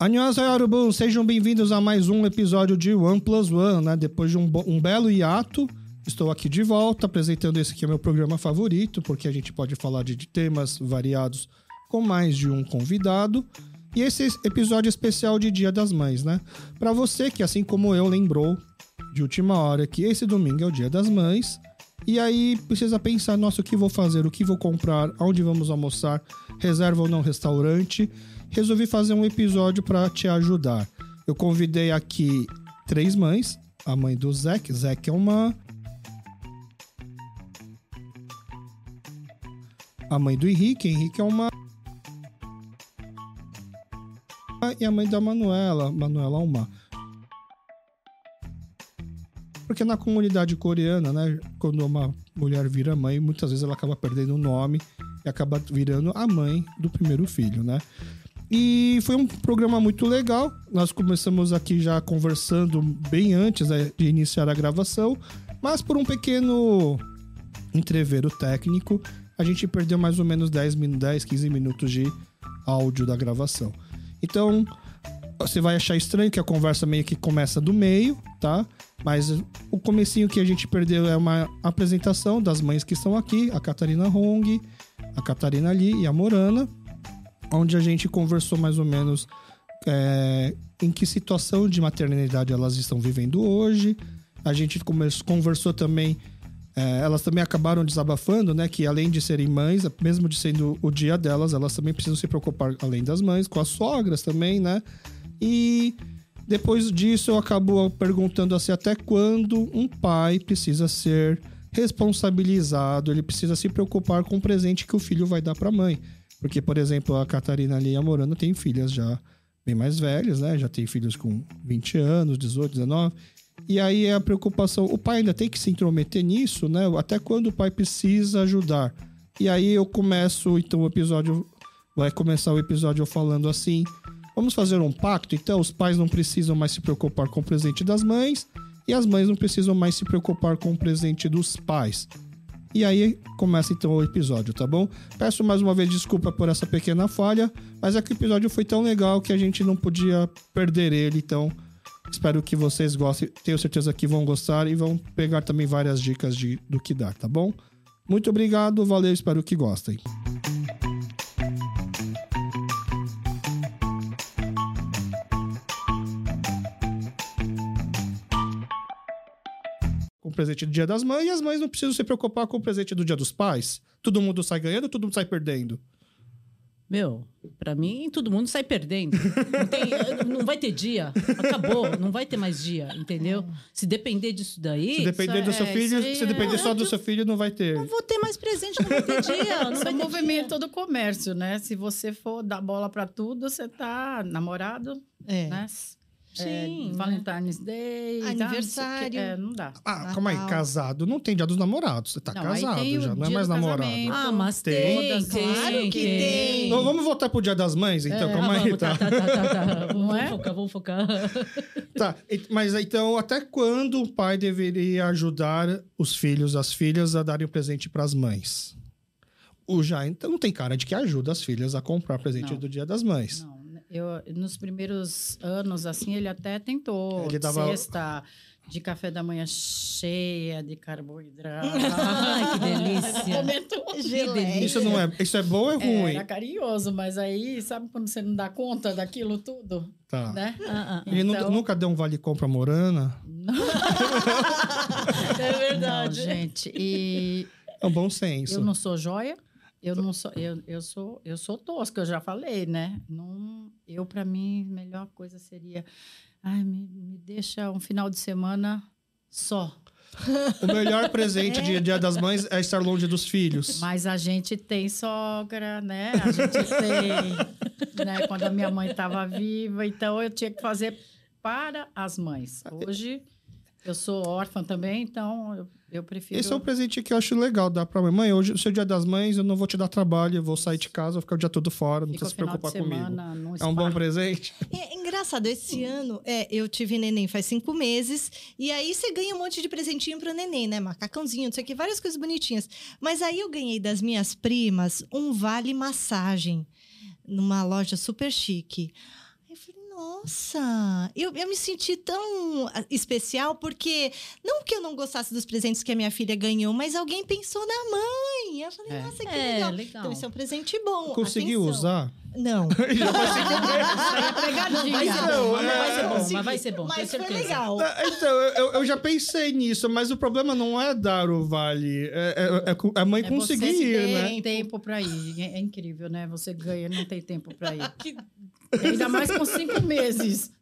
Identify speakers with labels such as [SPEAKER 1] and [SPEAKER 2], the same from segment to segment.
[SPEAKER 1] Annyeonghaseyo, Yorubum, sejam bem-vindos a mais um episódio de One Plus One, né? Depois de um, bo- um belo hiato, estou aqui de volta apresentando esse que é meu programa favorito, porque a gente pode falar de de temas variados com mais de um convidado. E esse episódio especial de Dia das Mães, né? Para você que, assim como eu, lembrou de última hora que esse domingo é o Dia das Mães, e aí precisa pensar, nossa, o que vou fazer, o que vou comprar, aonde vamos almoçar, reserva ou não restaurante. Resolvi fazer um episódio para te ajudar. Eu convidei aqui três mães, a mãe do Zac, Zac é uma a mãe do Henrique, Henrique é uma e a mãe da Manuela, Manuela é uma. Porque na comunidade coreana, né, quando uma mulher vira mãe, muitas vezes ela acaba perdendo o nome e acaba virando a mãe do primeiro filho, né? E foi um programa muito legal. Nós começamos aqui já conversando bem antes né, de iniciar a gravação, mas por um pequeno entreveiro técnico, a gente perdeu mais ou menos 10, min- 10 15 minutos de áudio da gravação. Então, você vai achar estranho que a conversa meio que começa do meio, tá? Mas o comecinho que a gente perdeu é uma apresentação das mães que estão aqui, a Catarina Hong, a Catarina Lee e a Morana, onde a gente conversou mais ou menos é, em que situação de maternidade elas estão vivendo hoje. A gente come- conversou também, é, elas também acabaram desabafando, né? Que além de serem mães, mesmo de sendo o dia delas, elas também precisam se preocupar, além das mães, com as sogras também, né? E depois disso eu acabo perguntando assim até quando um pai precisa ser responsabilizado, ele precisa se preocupar com o presente que o filho vai dar para a mãe. Porque, por exemplo, a Catarina ali e a Morana tem filhas já bem mais velhas, né? Já tem filhos com 20 anos, 18, 19. E aí é a preocupação, o pai ainda tem que se intrometer nisso, né? Até quando o pai precisa ajudar. E aí eu começo, então, o episódio. Vai começar o episódio eu falando assim: Vamos fazer um pacto? Então, os pais não precisam mais se preocupar com o presente das mães e as mães não precisam mais se preocupar com o presente dos pais. E aí começa então o episódio, tá bom? Peço mais uma vez desculpa por essa pequena falha, mas é que o episódio foi tão legal que a gente não podia perder ele, então espero que vocês gostem, tenho certeza que vão gostar e vão pegar também várias dicas de, do que dar, tá bom? Muito obrigado, valeu, espero que gostem. com o presente do Dia das Mães e as mães não precisam se preocupar com o presente do Dia dos Pais. Todo mundo sai ganhando, todo mundo sai perdendo.
[SPEAKER 2] Meu, pra mim, todo mundo sai perdendo. Não, tem- não vai ter dia. Acabou. Não vai ter mais dia, entendeu? Se depender disso daí.
[SPEAKER 1] se depender do
[SPEAKER 3] é,
[SPEAKER 1] seu filho,
[SPEAKER 3] isso aí
[SPEAKER 1] se
[SPEAKER 3] é-
[SPEAKER 1] depender só do seu filho, não vai ter.
[SPEAKER 2] Não vou ter mais presente, não vai ter dia. Não
[SPEAKER 3] Isso é
[SPEAKER 2] vai
[SPEAKER 3] o
[SPEAKER 2] ter
[SPEAKER 3] movimento do comércio, né? Se você for dar bola pra tudo, você tá namorado,
[SPEAKER 4] É.
[SPEAKER 3] né?
[SPEAKER 2] dia. Sim. né?
[SPEAKER 3] É, Valentine's Day, tá, não sei o quê.
[SPEAKER 4] Aniversário.
[SPEAKER 3] É, não dá.
[SPEAKER 1] Ah, calma aí,
[SPEAKER 4] Natal.
[SPEAKER 1] casado não tem dia dos namorados. Você tá
[SPEAKER 3] Não, aí
[SPEAKER 1] casado
[SPEAKER 3] tem o
[SPEAKER 1] já, não é
[SPEAKER 3] dia
[SPEAKER 1] mais
[SPEAKER 3] do
[SPEAKER 1] namorado.
[SPEAKER 3] casamento.
[SPEAKER 2] Ah, mas
[SPEAKER 1] Tem.
[SPEAKER 2] tem, tem.
[SPEAKER 4] Claro que tem.
[SPEAKER 1] Então, vamos voltar pro dia das mães, então,
[SPEAKER 3] É.
[SPEAKER 1] calma
[SPEAKER 2] Ah,
[SPEAKER 1] aí,
[SPEAKER 2] vamos,
[SPEAKER 1] tá?
[SPEAKER 2] tá, tá, tá, tá, tá.
[SPEAKER 3] Não é?
[SPEAKER 2] Vamos focar, vamos focar.
[SPEAKER 1] Tá, e- mas então, até quando o pai deveria ajudar os filhos, as filhas, a darem o presente pras mães? O já então não tem cara de que ajuda as filhas a comprar presente
[SPEAKER 3] Não.
[SPEAKER 1] do dia das mães.
[SPEAKER 3] Não, né? eu, nos primeiros anos, assim, ele até tentou.
[SPEAKER 1] Ele dava-
[SPEAKER 3] Sexta de café da manhã cheia de carboidrato.
[SPEAKER 2] Ai, que delícia.
[SPEAKER 3] Comentou.
[SPEAKER 4] Geleia.
[SPEAKER 1] Isso não é, isso é bom ou é ruim?
[SPEAKER 3] Era carinhoso, mas aí, sabe quando você não dá conta daquilo tudo,
[SPEAKER 1] Tá.
[SPEAKER 3] né?
[SPEAKER 2] Ah, ah.
[SPEAKER 1] Ele nu-
[SPEAKER 3] Então-
[SPEAKER 1] nunca deu um vale compra morana.
[SPEAKER 2] ah.
[SPEAKER 3] É
[SPEAKER 2] verdade.
[SPEAKER 3] gente, e
[SPEAKER 1] É um bom senso.
[SPEAKER 3] eu não sou joia, eu não sou, eu, eu sou, eu sou tosca, eu já falei, né? Não, eu para mim a melhor coisa seria, ai, me, me deixa um final de semana só.
[SPEAKER 1] O melhor presente de Dia das Mães é estar longe dos filhos.
[SPEAKER 3] Mas a gente tem sogra, né? A gente tem, né? Quando a minha mãe estava viva, então eu tinha que fazer para as mães. Hoje eu sou órfã também, então eu, eu prefiro.
[SPEAKER 1] Esse é um presente que eu acho legal dar pra mãe. Mãe, hoje o seu Dia das Mães, eu não vou te dar trabalho, eu vou sair de casa, vou ficar o dia todo fora, não
[SPEAKER 3] fica
[SPEAKER 1] precisa
[SPEAKER 3] o
[SPEAKER 1] se
[SPEAKER 3] final
[SPEAKER 1] preocupar
[SPEAKER 3] de
[SPEAKER 1] comigo.
[SPEAKER 3] semana num
[SPEAKER 1] É um
[SPEAKER 3] spa.
[SPEAKER 1] bom presente?
[SPEAKER 4] É engraçado, esse ano é, eu tive neném faz cinco meses, e aí você ganha um monte de presentinho pro neném, né? Macacãozinho, não sei o que, várias coisas bonitinhas. Mas aí eu ganhei das minhas primas um vale massagem numa loja super chique. Aí eu falei, Nossa, eu, eu me senti tão ah, especial porque não que eu não gostasse dos presentes que a minha filha ganhou, mas alguém pensou na mãe. Eu falei,
[SPEAKER 2] É.
[SPEAKER 4] nossa, que
[SPEAKER 2] É,
[SPEAKER 4] legal.
[SPEAKER 2] legal.
[SPEAKER 4] Então, isso é um presente bom.
[SPEAKER 1] Conseguiu
[SPEAKER 4] atenção.
[SPEAKER 1] usar?
[SPEAKER 4] Não.
[SPEAKER 1] Já vai ser
[SPEAKER 3] Pegadinha.
[SPEAKER 2] Vai ser bom, mas
[SPEAKER 1] é.
[SPEAKER 2] vai ser bom,
[SPEAKER 4] Consegui.
[SPEAKER 2] mas vai ser bom, tenho
[SPEAKER 4] Mas foi
[SPEAKER 2] certeza.
[SPEAKER 4] legal.
[SPEAKER 1] Ah, Então, eu, eu já pensei nisso, mas o problema não é dar o vale, é, é- é co- a mãe
[SPEAKER 3] É
[SPEAKER 1] conseguir,
[SPEAKER 3] você se
[SPEAKER 1] ir, né?
[SPEAKER 3] tem tempo pra ir. É é incrível, né? Você ganha, não tem tempo pra ir. Ainda mais com cinco meses.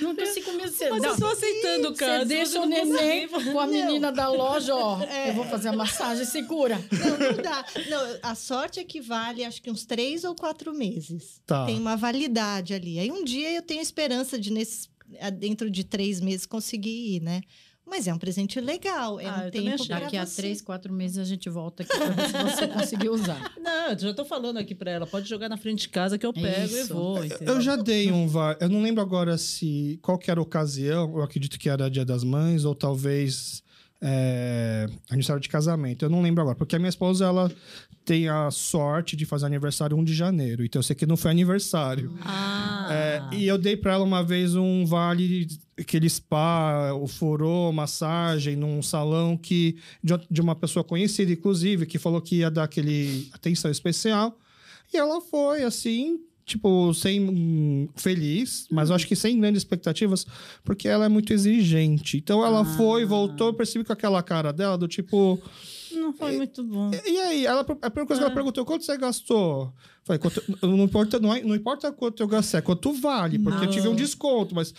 [SPEAKER 3] Não tem cinco meses. Você,
[SPEAKER 2] Mas
[SPEAKER 3] dá-
[SPEAKER 2] eu estou aceitando,
[SPEAKER 3] você
[SPEAKER 2] cara.
[SPEAKER 3] deixa
[SPEAKER 2] eu
[SPEAKER 3] o
[SPEAKER 2] não
[SPEAKER 3] neném
[SPEAKER 2] consigo.
[SPEAKER 3] com a menina da loja, ó.
[SPEAKER 4] É.
[SPEAKER 3] Eu vou fazer a massagem, segura.
[SPEAKER 4] Não, não dá. Não, a sorte é que vale acho que uns três ou quatro meses.
[SPEAKER 1] Tá.
[SPEAKER 4] Tem uma validade ali. Aí um dia eu tenho esperança de, nesse, dentro de três meses, conseguir ir, né? Mas é um presente legal. É
[SPEAKER 2] Ah,
[SPEAKER 4] um
[SPEAKER 2] eu também
[SPEAKER 4] tempo
[SPEAKER 2] achei.
[SPEAKER 4] pra
[SPEAKER 3] Daqui a
[SPEAKER 4] você.
[SPEAKER 3] três, quatro meses a gente volta aqui pra ver se você conseguiu usar.
[SPEAKER 2] Não, eu já tô falando aqui pra ela. Pode jogar na frente de casa que eu pego e
[SPEAKER 3] Isso.
[SPEAKER 2] vou. entendeu?
[SPEAKER 1] Eu já dei um vale, eu não lembro agora se, qual que era a ocasião, eu acredito que era Dia das Mães, ou talvez é, aniversário de casamento, eu não lembro agora, porque a minha esposa, ela tem a sorte de fazer aniversário 1 de janeiro, então eu sei que não foi aniversário.
[SPEAKER 2] Ah.
[SPEAKER 1] É, e eu dei pra ela uma vez um vale, aquele spa, o forô, massagem, num salão que de, de uma pessoa conhecida, inclusive, que falou que ia dar aquele atenção especial. E ela foi, assim, tipo, sem hum, feliz, mas eu acho que sem grandes expectativas, porque ela é muito exigente. Então ela
[SPEAKER 2] Ah.
[SPEAKER 1] foi, voltou, eu percebi com aquela cara dela do tipo.
[SPEAKER 2] Não foi muito bom.
[SPEAKER 1] E aí, ela, a primeira coisa que ela perguntou, quanto você gastou? Eu Falei, "Quanto- não, importa, não, é- não importa quanto eu gastei, é quanto vale, porque eu tive um desconto, mas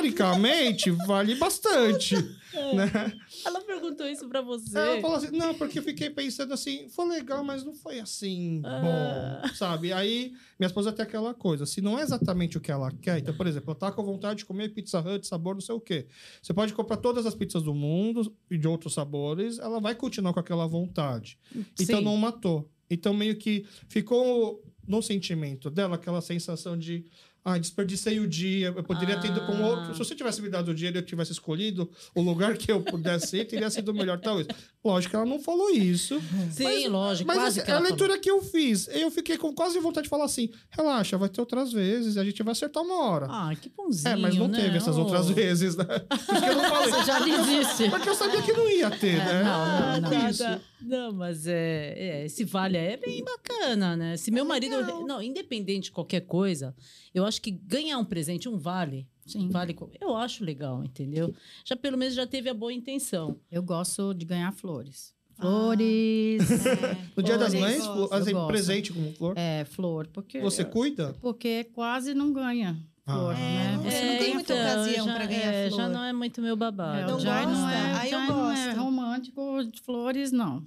[SPEAKER 1] teoricamente vale bastante. né?
[SPEAKER 2] Ela perguntou isso pra você.
[SPEAKER 1] Ela falou assim, não, porque eu fiquei pensando assim, foi legal, mas não foi assim
[SPEAKER 2] Ah.
[SPEAKER 1] bom, sabe? Aí, minha esposa tem aquela coisa, se não é exatamente o que ela quer, então, por exemplo, ela tá com vontade de comer pizza Hut, sabor não sei o quê. Você pode comprar todas as pizzas do mundo e de outros sabores, ela vai continuar com aquela vontade. Então
[SPEAKER 2] Sim.
[SPEAKER 1] não matou. Então meio que ficou no sentimento dela aquela sensação de ah, desperdicei o dia, eu poderia ter ido para um
[SPEAKER 2] Ah.
[SPEAKER 1] outro. Se você tivesse me dado o dinheiro e eu tivesse escolhido o lugar que eu pudesse ir, teria sido melhor, talvez. Lógico que ela não falou isso.
[SPEAKER 2] Sim,
[SPEAKER 3] É
[SPEAKER 2] lógico.
[SPEAKER 1] Mas
[SPEAKER 2] quase
[SPEAKER 1] assim,
[SPEAKER 2] que
[SPEAKER 1] a
[SPEAKER 2] ela falou.
[SPEAKER 1] leitura que eu fiz, eu fiquei com quase vontade de falar assim: relaxa, vai ter outras vezes, a gente vai acertar uma hora.
[SPEAKER 2] Ah, que bonzinho.
[SPEAKER 1] é, mas não
[SPEAKER 2] né?
[SPEAKER 1] teve essas
[SPEAKER 2] Oh.
[SPEAKER 1] outras vezes, né? Porque eu não falei.
[SPEAKER 3] Você já lhe disse. É,
[SPEAKER 1] Porque eu sabia que não ia ter, né?
[SPEAKER 3] não, não,
[SPEAKER 1] Isso.
[SPEAKER 2] Nada. ah, Não, mas é, é, esse vale é bem bacana, né?
[SPEAKER 1] É
[SPEAKER 2] Se meu marido. Não, independente de qualquer coisa, eu acho que ganhar um presente, um vale. um Vale, co- eu acho legal, entendeu? Já pelo menos já teve a boa intenção.
[SPEAKER 3] Eu gosto de ganhar flores.
[SPEAKER 2] Ah.
[SPEAKER 3] Flores.
[SPEAKER 4] É,
[SPEAKER 2] é, né?
[SPEAKER 1] No Dia das
[SPEAKER 4] Olha,
[SPEAKER 1] Mães,
[SPEAKER 4] eu gosto,
[SPEAKER 1] assim,
[SPEAKER 3] eu gosto.
[SPEAKER 1] presente como flor.
[SPEAKER 3] É, é, flor. Porque,
[SPEAKER 1] Você cuida?
[SPEAKER 3] porque quase não ganha flor,
[SPEAKER 1] Ah.
[SPEAKER 4] É,
[SPEAKER 3] né?
[SPEAKER 4] Você não tem muita ocasião
[SPEAKER 2] então, já-
[SPEAKER 4] pra ganhar
[SPEAKER 2] é,
[SPEAKER 4] flor.
[SPEAKER 2] Já não é muito meu
[SPEAKER 3] É,
[SPEAKER 2] babado.
[SPEAKER 4] Não
[SPEAKER 3] o Jai não
[SPEAKER 4] gosta?
[SPEAKER 3] é,
[SPEAKER 4] Aí eu
[SPEAKER 3] Jai não é
[SPEAKER 4] gosto.
[SPEAKER 3] romântico de flores, não.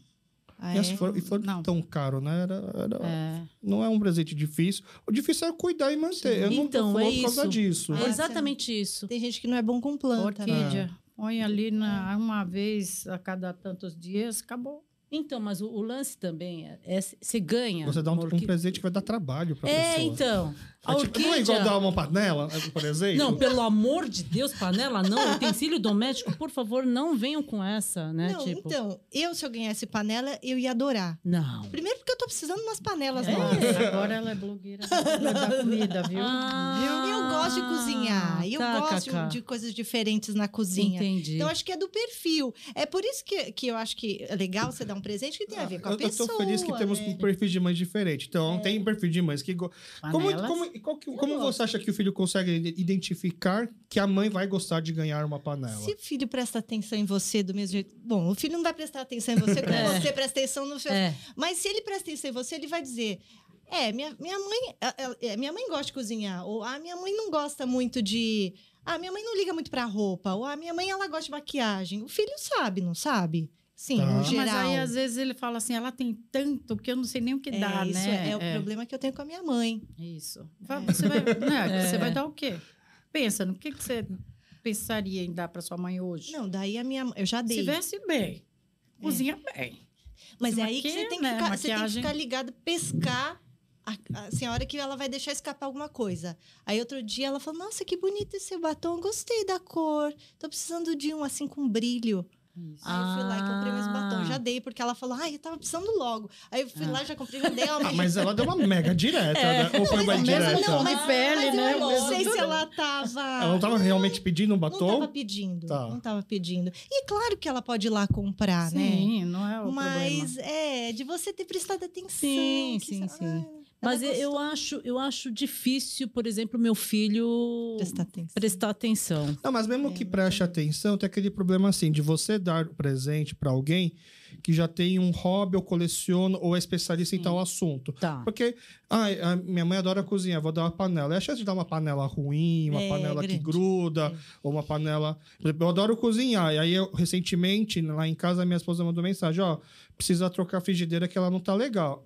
[SPEAKER 4] Ah,
[SPEAKER 1] E, as
[SPEAKER 4] é?
[SPEAKER 1] flor, e flor
[SPEAKER 3] Não.
[SPEAKER 1] tão caro, né? Era, era-
[SPEAKER 3] É.
[SPEAKER 1] Não é um presente difícil. O difícil é cuidar e manter. Eu
[SPEAKER 2] Então,
[SPEAKER 1] não tô
[SPEAKER 2] é
[SPEAKER 1] falando por causa
[SPEAKER 2] isso.
[SPEAKER 1] disso.
[SPEAKER 2] É
[SPEAKER 4] Ah,
[SPEAKER 2] exatamente isso.
[SPEAKER 4] Tem gente que não é bom com planta. né?
[SPEAKER 3] Orquídea. Põe ali na, uma vez a cada tantos dias, acabou.
[SPEAKER 2] Então, mas o, o lance também é, é se- você ganha.
[SPEAKER 1] Você dá um,
[SPEAKER 2] uma
[SPEAKER 1] um
[SPEAKER 2] orquí-
[SPEAKER 1] presente que vai dar trabalho pra
[SPEAKER 2] É,
[SPEAKER 1] pessoa.
[SPEAKER 2] então. A
[SPEAKER 1] É tipo, não é igual
[SPEAKER 2] orquídea-
[SPEAKER 1] dar uma panela, é, por exemplo.
[SPEAKER 2] Não, pelo amor de Deus, panela não, utensílio doméstico, por favor, não venham com essa, né?
[SPEAKER 4] Não,
[SPEAKER 2] tipo,
[SPEAKER 4] então, eu, se eu ganhasse panela, eu ia adorar.
[SPEAKER 2] não.
[SPEAKER 4] Primeiro porque eu tô precisando de umas panelas
[SPEAKER 3] É,
[SPEAKER 4] novas.
[SPEAKER 3] Agora ela é blogueira da comida, viu?
[SPEAKER 4] Eu, eu gosto de cozinhar. Eu
[SPEAKER 2] Ah, tá,
[SPEAKER 4] gosto
[SPEAKER 2] Cacá.
[SPEAKER 4] de coisas diferentes na cozinha.
[SPEAKER 2] Entendi.
[SPEAKER 4] Então, acho que é do perfil. É por isso que, que eu acho que é legal você dar um presente que tem a ver com a
[SPEAKER 1] Ah, eu, eu
[SPEAKER 4] pessoa.
[SPEAKER 1] tô feliz que temos
[SPEAKER 4] né?
[SPEAKER 1] um perfil de mães diferente. Então, tem perfil de mães que. go- Como,
[SPEAKER 3] Panelas.
[SPEAKER 1] como, e qual que- como você acha que o filho consegue identificar que a mãe vai gostar de ganhar uma panela?
[SPEAKER 4] Se o filho presta atenção em você do mesmo jeito. Bom, o filho não vai prestar atenção em você como
[SPEAKER 2] É.
[SPEAKER 4] você presta atenção no seu.
[SPEAKER 2] É,
[SPEAKER 4] Mas se ele presta atenção em você, ele vai dizer. É, minha, minha mãe. ah, ah, é, minha mãe gosta de cozinhar. Ou a minha mãe não gosta muito de. Ah, minha mãe não liga muito pra roupa. Ou a minha mãe ela gosta de maquiagem. O filho sabe, não sabe? Sim,
[SPEAKER 1] Tá.
[SPEAKER 4] no
[SPEAKER 1] Mas
[SPEAKER 4] geral.
[SPEAKER 3] Mas aí, às vezes, ele fala assim, ela tem tanto que eu não sei nem o que
[SPEAKER 4] É,
[SPEAKER 3] dá,
[SPEAKER 4] isso
[SPEAKER 3] né?
[SPEAKER 4] é, o É. problema que eu tenho com a minha mãe.
[SPEAKER 3] Isso. Fala, Você, vai, né,
[SPEAKER 2] É.
[SPEAKER 3] você vai dar o quê? Pensa, no que, que você pensaria em dar para sua mãe hoje?
[SPEAKER 4] Não, daí a minha mãe- eu já
[SPEAKER 3] Se
[SPEAKER 4] dei.
[SPEAKER 3] veste bem,
[SPEAKER 4] É.
[SPEAKER 3] cozinha bem.
[SPEAKER 4] mas
[SPEAKER 3] se
[SPEAKER 4] é aí que
[SPEAKER 3] maquia,
[SPEAKER 4] você tem que,
[SPEAKER 3] né,
[SPEAKER 4] ficar, você tem que
[SPEAKER 3] maquiagem.
[SPEAKER 4] ficar ligado, pescar a, assim, a hora que ela vai deixar escapar alguma coisa. Aí outro dia ela falou: "Nossa, que bonito esse batom, gostei da cor. Tô precisando de um assim com brilho".
[SPEAKER 3] Isso.
[SPEAKER 4] Aí eu fui lá e comprei mais
[SPEAKER 2] Ah.
[SPEAKER 4] batom. Já dei, porque ela falou, ai, eu tava precisando logo. Aí eu fui lá, já comprei, já dei. Ela
[SPEAKER 1] Ah, mas ela deu uma mega direta, né? Ou foi uma
[SPEAKER 4] mas é mesmo
[SPEAKER 1] indireta?
[SPEAKER 4] não,
[SPEAKER 3] de
[SPEAKER 4] mas-
[SPEAKER 3] pele,
[SPEAKER 4] Mas
[SPEAKER 3] né?
[SPEAKER 4] eu não
[SPEAKER 3] Mesmo
[SPEAKER 4] sei
[SPEAKER 3] tudo.
[SPEAKER 4] se ela tava.
[SPEAKER 1] Ela não tava realmente pedindo um
[SPEAKER 4] Não
[SPEAKER 1] batom?
[SPEAKER 4] tava pedindo.
[SPEAKER 1] Tá.
[SPEAKER 4] Não tava pedindo. E é claro que ela pode ir lá comprar, né?
[SPEAKER 3] Sim, não é o problema.
[SPEAKER 4] Mas é, de você ter prestado atenção.
[SPEAKER 2] Sim,
[SPEAKER 4] que
[SPEAKER 2] sim,
[SPEAKER 4] sa-
[SPEAKER 2] sim.
[SPEAKER 4] Ah, ela
[SPEAKER 2] Mas eu-
[SPEAKER 4] gostou.
[SPEAKER 2] eu acho, eu acho difícil, por exemplo, meu filho
[SPEAKER 4] Prestar atenção.
[SPEAKER 2] prestar atenção.
[SPEAKER 1] Não, mas mesmo que preste atenção, tem aquele problema assim, de você dar o presente pra alguém que já tem um hobby ou coleciona ou é especialista em tal assunto.
[SPEAKER 4] Ah.
[SPEAKER 2] Tá.
[SPEAKER 1] Porque ai, a minha mãe adora cozinhar, vou dar uma panela. É a chance de dar uma panela ruim, uma
[SPEAKER 4] É,
[SPEAKER 1] panela que
[SPEAKER 4] grande. É.
[SPEAKER 1] gruda, ou uma panela. Por exemplo, Eu adoro cozinhar. E aí, eu, recentemente, lá em casa, minha esposa mandou mensagem: ó, precisa trocar a frigideira que ela não tá legal.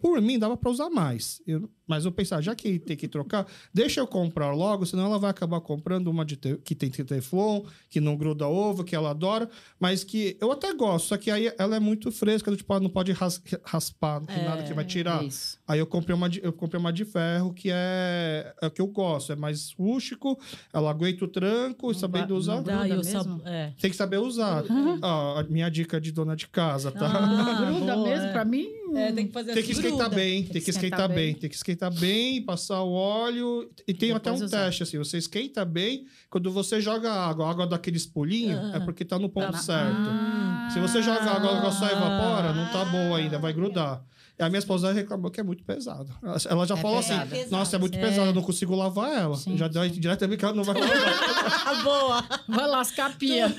[SPEAKER 1] Por mim, dava pra usar mais. Eu- mas eu pensar, já que tem que trocar, deixa eu comprar logo, senão ela vai acabar comprando uma de te- que tem teflon, que não gruda ovo, que ela adora, mas que eu até gosto, só que aí ela é muito fresca, do tipo, ela não pode ras- raspar, não tem nada
[SPEAKER 4] É,
[SPEAKER 1] que vai tirar.
[SPEAKER 2] Isso.
[SPEAKER 1] Aí eu comprei uma de, eu comprei uma de ferro que é, é o que eu gosto, é mais rústico, ela aguenta o tranco e
[SPEAKER 3] Não
[SPEAKER 1] sabendo
[SPEAKER 3] vai-
[SPEAKER 1] usar.
[SPEAKER 3] não
[SPEAKER 2] Dá,
[SPEAKER 3] Gruda
[SPEAKER 2] eu sab-
[SPEAKER 3] mesmo?
[SPEAKER 2] é.
[SPEAKER 1] Tem que saber usar. Ó, a minha dica de dona de casa, tá?
[SPEAKER 2] Ah,
[SPEAKER 3] Gruda
[SPEAKER 2] boa,
[SPEAKER 3] mesmo
[SPEAKER 2] é.
[SPEAKER 3] pra mim.
[SPEAKER 2] É, tem que fazer
[SPEAKER 1] Tem que
[SPEAKER 2] assim,
[SPEAKER 1] esquentar
[SPEAKER 2] gruda.
[SPEAKER 1] bem, tem que esquentar bem, tem que esquentar bem, passar o óleo. E tem até
[SPEAKER 3] Depois
[SPEAKER 1] um
[SPEAKER 3] usar.
[SPEAKER 1] teste, assim, você esquenta bem, quando você joga a água, a água daquele espulinho,
[SPEAKER 2] Ah.
[SPEAKER 1] é porque tá no ponto
[SPEAKER 2] na-
[SPEAKER 3] Ah,
[SPEAKER 1] certo. Se você joga a água, a água só evapora, não tá boa ainda, vai grudar. E a minha esposa reclamou que é muito pesado. Ela- Ela já
[SPEAKER 3] É
[SPEAKER 1] falou
[SPEAKER 3] pesado.
[SPEAKER 1] assim: nossa, é muito
[SPEAKER 2] É.
[SPEAKER 1] pesado, eu não consigo lavar ela.
[SPEAKER 3] Sim,
[SPEAKER 1] já deu
[SPEAKER 3] sim.
[SPEAKER 1] diretamente que ela não vai lavar.
[SPEAKER 2] Ah, boa.
[SPEAKER 3] Vai lascar a pia.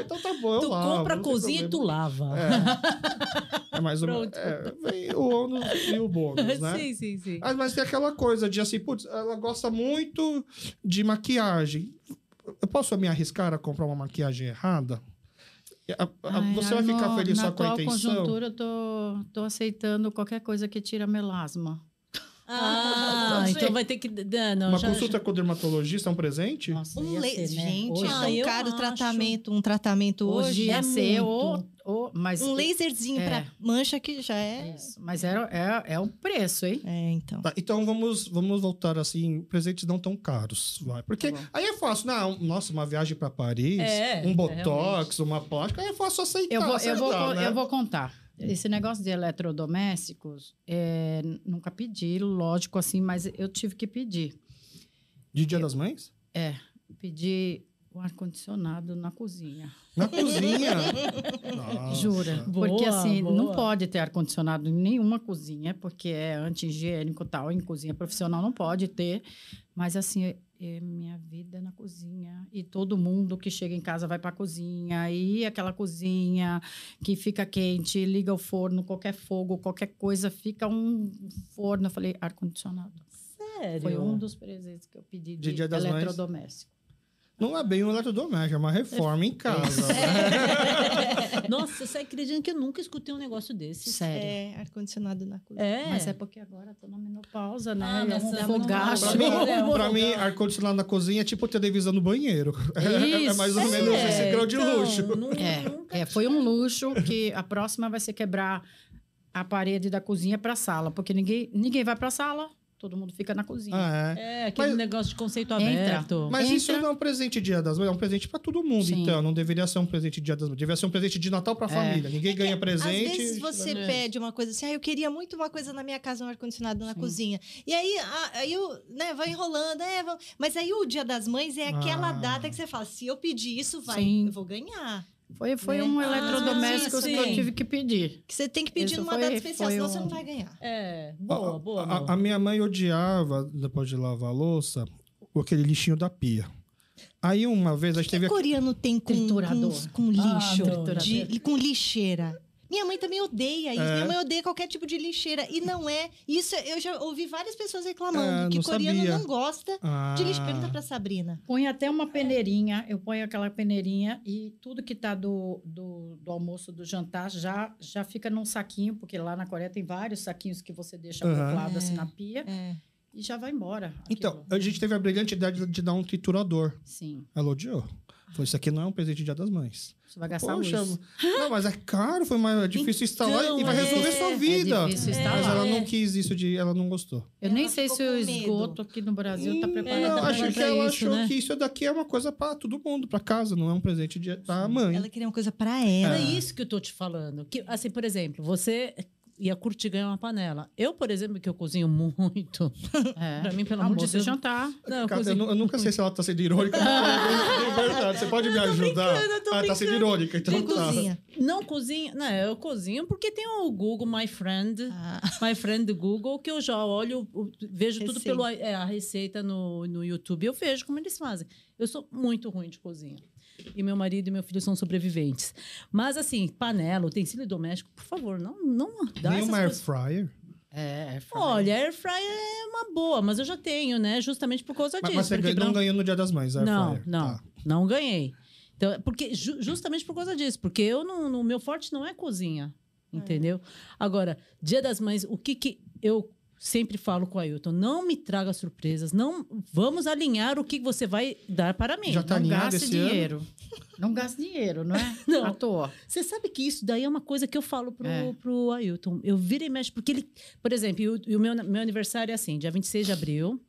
[SPEAKER 1] então tá bom, eu
[SPEAKER 2] tu
[SPEAKER 1] lavo.
[SPEAKER 2] compra a
[SPEAKER 1] não tem
[SPEAKER 2] cozinha e tu
[SPEAKER 1] problema.
[SPEAKER 2] lava.
[SPEAKER 1] É, é mais ou menos.
[SPEAKER 2] Pronto.
[SPEAKER 1] É, vem o ônus e o bônus, né?
[SPEAKER 2] Sim, sim, sim.
[SPEAKER 1] Ah, mas tem aquela coisa de assim, putz, ela gosta muito de maquiagem. Eu posso me arriscar a comprar uma maquiagem errada? A- a-
[SPEAKER 3] Ai,
[SPEAKER 1] você vai
[SPEAKER 3] amor,
[SPEAKER 1] ficar feliz
[SPEAKER 3] na
[SPEAKER 1] só com a
[SPEAKER 3] atual
[SPEAKER 1] intenção?
[SPEAKER 3] conjuntura, eu tô, tô aceitando qualquer coisa que tira melasma.
[SPEAKER 2] Ah,
[SPEAKER 3] Não sei.
[SPEAKER 2] então vai ter que. Não, não,
[SPEAKER 1] Uma
[SPEAKER 2] já-
[SPEAKER 1] consulta com o dermatologista é um presente?
[SPEAKER 3] Nossa,
[SPEAKER 4] Um
[SPEAKER 3] ia
[SPEAKER 4] laser,
[SPEAKER 3] ser, né?
[SPEAKER 4] gente,
[SPEAKER 3] Hoje,
[SPEAKER 4] é
[SPEAKER 2] Ah,
[SPEAKER 4] tão
[SPEAKER 2] eu
[SPEAKER 4] caro o
[SPEAKER 2] acho.
[SPEAKER 4] tratamento, um tratamento
[SPEAKER 3] hoje,
[SPEAKER 4] hoje.
[SPEAKER 3] ia
[SPEAKER 4] é
[SPEAKER 3] ser
[SPEAKER 4] muito.
[SPEAKER 3] o, o- mas
[SPEAKER 4] um laserzinho
[SPEAKER 3] É.
[SPEAKER 4] pra mancha que já é.
[SPEAKER 3] Isso, mas era, é, é um preço, hein?
[SPEAKER 4] É, então.
[SPEAKER 1] Tá, então vamos, vamos voltar assim, presentes não tão caros, vai. Porque
[SPEAKER 3] Tá bom.
[SPEAKER 1] aí é fácil, não, nossa, uma viagem pra Paris,
[SPEAKER 2] É,
[SPEAKER 1] um
[SPEAKER 2] é,
[SPEAKER 1] botox, uma plástica, aí é fácil aceitar,
[SPEAKER 3] Eu vou, eu, vou,
[SPEAKER 1] aceitar, né?
[SPEAKER 3] eu vou contar. Esse negócio de eletrodomésticos, é, nunca pedi, lógico, assim, mas eu tive que pedir.
[SPEAKER 1] De Dia das Mães?
[SPEAKER 3] Pedi o ar-condicionado na cozinha.
[SPEAKER 1] Na cozinha? Nossa.
[SPEAKER 3] Jura?
[SPEAKER 2] Boa,
[SPEAKER 3] porque assim,
[SPEAKER 2] boa.
[SPEAKER 3] não pode ter ar-condicionado em nenhuma cozinha, porque é anti-higiênico e tal. Em cozinha profissional não pode ter. Mas assim, é minha vida na cozinha. E todo mundo que chega em casa vai pra cozinha. E aquela cozinha que fica quente, liga o forno, qualquer fogo, qualquer coisa, fica um forno. Eu falei, ar-condicionado.
[SPEAKER 2] Sério.
[SPEAKER 3] Foi um dos presentes que eu pedi de,
[SPEAKER 1] De Dia das Mães.
[SPEAKER 3] eletrodoméstico.
[SPEAKER 1] Não é bem um eletrodoméstico, é uma reforma em casa.
[SPEAKER 3] É,
[SPEAKER 1] né?
[SPEAKER 2] Nossa, você acredita que eu nunca escutei um negócio desse?
[SPEAKER 3] Sério.
[SPEAKER 4] É, ar-condicionado na cozinha.
[SPEAKER 2] É.
[SPEAKER 3] Mas é porque agora eu tô na menopausa, né?
[SPEAKER 2] Ah,
[SPEAKER 3] E é
[SPEAKER 2] nós
[SPEAKER 3] um
[SPEAKER 2] estamos numa
[SPEAKER 3] fogacho.
[SPEAKER 1] Pra
[SPEAKER 2] Acho
[SPEAKER 1] mim,
[SPEAKER 2] que é um
[SPEAKER 1] pra
[SPEAKER 2] lugar.
[SPEAKER 1] mim, ar-condicionado na cozinha é tipo televisão no banheiro. É, mais ou
[SPEAKER 3] Isso.
[SPEAKER 1] menos esse grau de
[SPEAKER 2] então,
[SPEAKER 1] luxo.
[SPEAKER 2] nu- nunca
[SPEAKER 3] É, é, foi um luxo que a próxima vai ser quebrar a parede da cozinha para sala, porque ninguém, ninguém vai para sala, todo mundo fica na cozinha.
[SPEAKER 1] Ah, é.
[SPEAKER 2] É, aquele
[SPEAKER 1] Mas-
[SPEAKER 2] negócio de conceito
[SPEAKER 3] Entra.
[SPEAKER 2] aberto.
[SPEAKER 1] Mas isso
[SPEAKER 3] Entra.
[SPEAKER 1] não é um presente de Dia das Mães, é um presente pra todo mundo,
[SPEAKER 3] Sim. É.
[SPEAKER 1] então. Não deveria ser um presente de Dia das Mães. Deveria ser um presente de Natal pra família. Ninguém ganha presente.
[SPEAKER 4] Às vezes você
[SPEAKER 2] né?
[SPEAKER 4] pede uma coisa assim, ah, eu queria muito uma coisa na minha casa, um ar-condicionado na
[SPEAKER 3] Sim.
[SPEAKER 4] cozinha. E aí, a- aí eu, né, vai enrolando, é, vamos- mas aí o dia das mães é aquela
[SPEAKER 1] Ah.
[SPEAKER 4] data que você fala, se eu pedir isso, vai,
[SPEAKER 3] Sim.
[SPEAKER 4] eu vou ganhar.
[SPEAKER 3] Foi, foi
[SPEAKER 4] Né?
[SPEAKER 3] um
[SPEAKER 4] Ah,
[SPEAKER 3] eletrodoméstico
[SPEAKER 2] sim,
[SPEAKER 3] que eu
[SPEAKER 2] sim.
[SPEAKER 3] tive que pedir.
[SPEAKER 4] Que você tem que pedir
[SPEAKER 3] Isso
[SPEAKER 4] numa
[SPEAKER 3] foi-
[SPEAKER 4] data especial,
[SPEAKER 3] foi
[SPEAKER 4] senão
[SPEAKER 3] um-
[SPEAKER 4] você não vai ganhar.
[SPEAKER 2] É,
[SPEAKER 1] Ó,
[SPEAKER 2] boa, boa.
[SPEAKER 1] a-
[SPEAKER 2] amor.
[SPEAKER 1] a, minha mãe odiava, depois de lavar a louça, o- aquele lixinho da pia. Aí uma vez a gente
[SPEAKER 4] O que
[SPEAKER 1] teve.
[SPEAKER 4] coreano tem com,
[SPEAKER 3] Triturador.
[SPEAKER 4] com, com lixo,
[SPEAKER 2] triturador.
[SPEAKER 4] de- e com lixeira? Minha mãe também odeia isso.
[SPEAKER 1] É.
[SPEAKER 4] Minha mãe odeia qualquer tipo de lixeira. E não é. Isso eu já ouvi várias pessoas reclamando
[SPEAKER 1] É,
[SPEAKER 4] que
[SPEAKER 1] não
[SPEAKER 4] coreano
[SPEAKER 1] sabia.
[SPEAKER 4] não gosta
[SPEAKER 1] Ah,
[SPEAKER 4] de lixo. Pergunta pra Sabrina.
[SPEAKER 3] Põe até uma peneirinha, eu ponho aquela peneirinha e tudo que tá do, do, do almoço, do jantar, já, já fica num saquinho, porque lá na Coreia tem vários saquinhos que você deixa
[SPEAKER 1] Aham.
[SPEAKER 3] acoplado
[SPEAKER 4] É,
[SPEAKER 3] assim na pia
[SPEAKER 4] É.
[SPEAKER 3] e já vai embora.
[SPEAKER 1] Então,
[SPEAKER 3] aquilo.
[SPEAKER 1] a gente teve a brilhante ideia de, de dar um triturador.
[SPEAKER 3] Sim.
[SPEAKER 1] Ela odiou. Falou, isso aqui não é um presente de Dia das Mães.
[SPEAKER 3] Você vai gastar
[SPEAKER 1] Poxa,
[SPEAKER 3] luz.
[SPEAKER 1] não, mas é caro, foi mais é difícil instalar e vai
[SPEAKER 2] é-
[SPEAKER 1] resolver sua vida.
[SPEAKER 3] É difícil instalar.
[SPEAKER 1] mas ela
[SPEAKER 2] É.
[SPEAKER 1] não quis isso de, ela não gostou.
[SPEAKER 3] Eu nem
[SPEAKER 4] Ela
[SPEAKER 3] sei
[SPEAKER 4] ficou
[SPEAKER 3] se o
[SPEAKER 4] com medo.
[SPEAKER 3] esgoto aqui no Brasil está
[SPEAKER 1] Hum,
[SPEAKER 3] preparado
[SPEAKER 1] não,
[SPEAKER 2] pra
[SPEAKER 1] acho que
[SPEAKER 2] fazer
[SPEAKER 1] ela
[SPEAKER 2] isso,
[SPEAKER 1] achou
[SPEAKER 2] né?
[SPEAKER 1] que isso daqui é uma coisa pra todo mundo, pra casa, não é um presente de, pra mãe.
[SPEAKER 4] Ela queria uma coisa pra ela.
[SPEAKER 2] Era isso que eu tô te falando. Que, assim, por exemplo, você ia curtir ganhar uma panela. Eu, por exemplo, que eu cozinho muito.
[SPEAKER 3] É.
[SPEAKER 2] Pra mim, pelo
[SPEAKER 1] Ah,
[SPEAKER 2] amor
[SPEAKER 3] Almoço
[SPEAKER 2] de
[SPEAKER 3] e
[SPEAKER 2] Deus.
[SPEAKER 3] jantar.
[SPEAKER 2] Não, eu
[SPEAKER 1] Cara, eu,
[SPEAKER 2] cozinho.
[SPEAKER 1] nu- eu nunca sei se ela tá sendo irônica. mas é verdade, você pode me ajudar?
[SPEAKER 2] brincando, eu tô
[SPEAKER 1] ah, tá sendo
[SPEAKER 2] brincando.
[SPEAKER 1] irônica, então
[SPEAKER 4] Não
[SPEAKER 1] tá.
[SPEAKER 4] cozinha.
[SPEAKER 2] Não cozinho. Não, eu cozinho porque tem o Google My Friend.
[SPEAKER 4] Ah,
[SPEAKER 2] My Friend do Google, que eu já olho, o- vejo tudo
[SPEAKER 4] Receita.
[SPEAKER 2] pela a receita no, no YouTube, eu vejo como eles fazem. Eu sou muito ruim de cozinha. E meu marido e meu filho são sobreviventes. Mas, assim, panela, utensílio doméstico, por favor, não, não dá
[SPEAKER 1] Nem
[SPEAKER 2] essas
[SPEAKER 1] uma air
[SPEAKER 2] coisas.
[SPEAKER 1] fryer.
[SPEAKER 3] É, é
[SPEAKER 2] Olha, air fryer é uma boa, mas eu já tenho, né? Justamente por causa
[SPEAKER 1] Mas,
[SPEAKER 2] disso.
[SPEAKER 1] mas você
[SPEAKER 2] porque
[SPEAKER 1] ganha- não
[SPEAKER 2] não-
[SPEAKER 1] ganhou no Dia das Mães, air
[SPEAKER 2] não,
[SPEAKER 1] fryer.
[SPEAKER 2] não,
[SPEAKER 1] Tá.
[SPEAKER 2] não ganhei. Então, é porque ju- justamente por causa disso, porque eu não, no meu forte não é cozinha, entendeu? Agora, Dia das Mães, o que que eu sempre falo com o Ailton, não me traga surpresas, não vamos alinhar o que você vai dar para mim.
[SPEAKER 1] Já tá
[SPEAKER 3] não
[SPEAKER 1] alinhado
[SPEAKER 3] gaste
[SPEAKER 1] esse ano?
[SPEAKER 3] dinheiro. Não gaste dinheiro, não é?
[SPEAKER 2] Não.
[SPEAKER 3] À toa.
[SPEAKER 2] Você sabe que isso daí é uma coisa que eu falo pro,
[SPEAKER 3] É.
[SPEAKER 2] pro Ailton. Eu viro e mexo, porque ele. Por exemplo, e o, e o meu, meu aniversário é assim, dia 26 de abril.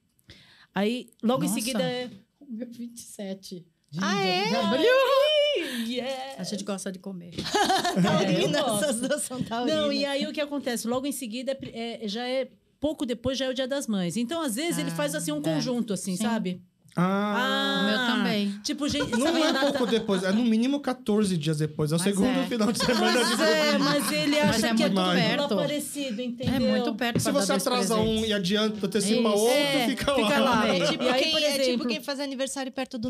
[SPEAKER 2] Aí, logo em
[SPEAKER 3] Nossa.
[SPEAKER 2] seguida é.
[SPEAKER 3] O meu 27. de
[SPEAKER 4] Ah, é?
[SPEAKER 3] abril.
[SPEAKER 2] Yeah.
[SPEAKER 3] A gente gosta de comer.
[SPEAKER 4] taurina,
[SPEAKER 2] eu gosto.
[SPEAKER 4] essas duas são taurinas.
[SPEAKER 2] Não, e aí o que acontece? Logo em seguida, é pri- é, já é. Pouco depois já é o Dia das Mães. Então, às vezes, ele
[SPEAKER 3] Ah,
[SPEAKER 2] faz assim um
[SPEAKER 3] é.
[SPEAKER 2] conjunto, assim,
[SPEAKER 3] Sim.
[SPEAKER 2] sabe?
[SPEAKER 1] Ah,
[SPEAKER 3] O meu também.
[SPEAKER 2] Tipo, gente.
[SPEAKER 1] não
[SPEAKER 2] sabe,
[SPEAKER 1] é
[SPEAKER 2] Renata-
[SPEAKER 1] pouco depois, é no mínimo 14 dias depois. É o
[SPEAKER 3] Mas
[SPEAKER 1] segundo
[SPEAKER 3] é.
[SPEAKER 1] final de semana de
[SPEAKER 2] Mas é, mas ele
[SPEAKER 3] Mas
[SPEAKER 2] acha
[SPEAKER 3] é
[SPEAKER 2] que é
[SPEAKER 3] muito
[SPEAKER 2] tudo
[SPEAKER 3] perto.
[SPEAKER 2] parecido, entendeu?
[SPEAKER 3] É muito perto
[SPEAKER 1] Se
[SPEAKER 3] pra
[SPEAKER 1] você
[SPEAKER 3] dar dois
[SPEAKER 1] atrasa um
[SPEAKER 3] presentes.
[SPEAKER 1] e adianta, antecipa
[SPEAKER 3] Isso.
[SPEAKER 1] outro,
[SPEAKER 2] É,
[SPEAKER 1] fica, lá.
[SPEAKER 2] fica lá.
[SPEAKER 4] É tipo,
[SPEAKER 2] E aí,
[SPEAKER 4] quem,
[SPEAKER 2] por
[SPEAKER 4] é tipo
[SPEAKER 2] exemplo-
[SPEAKER 4] quem faz aniversário perto do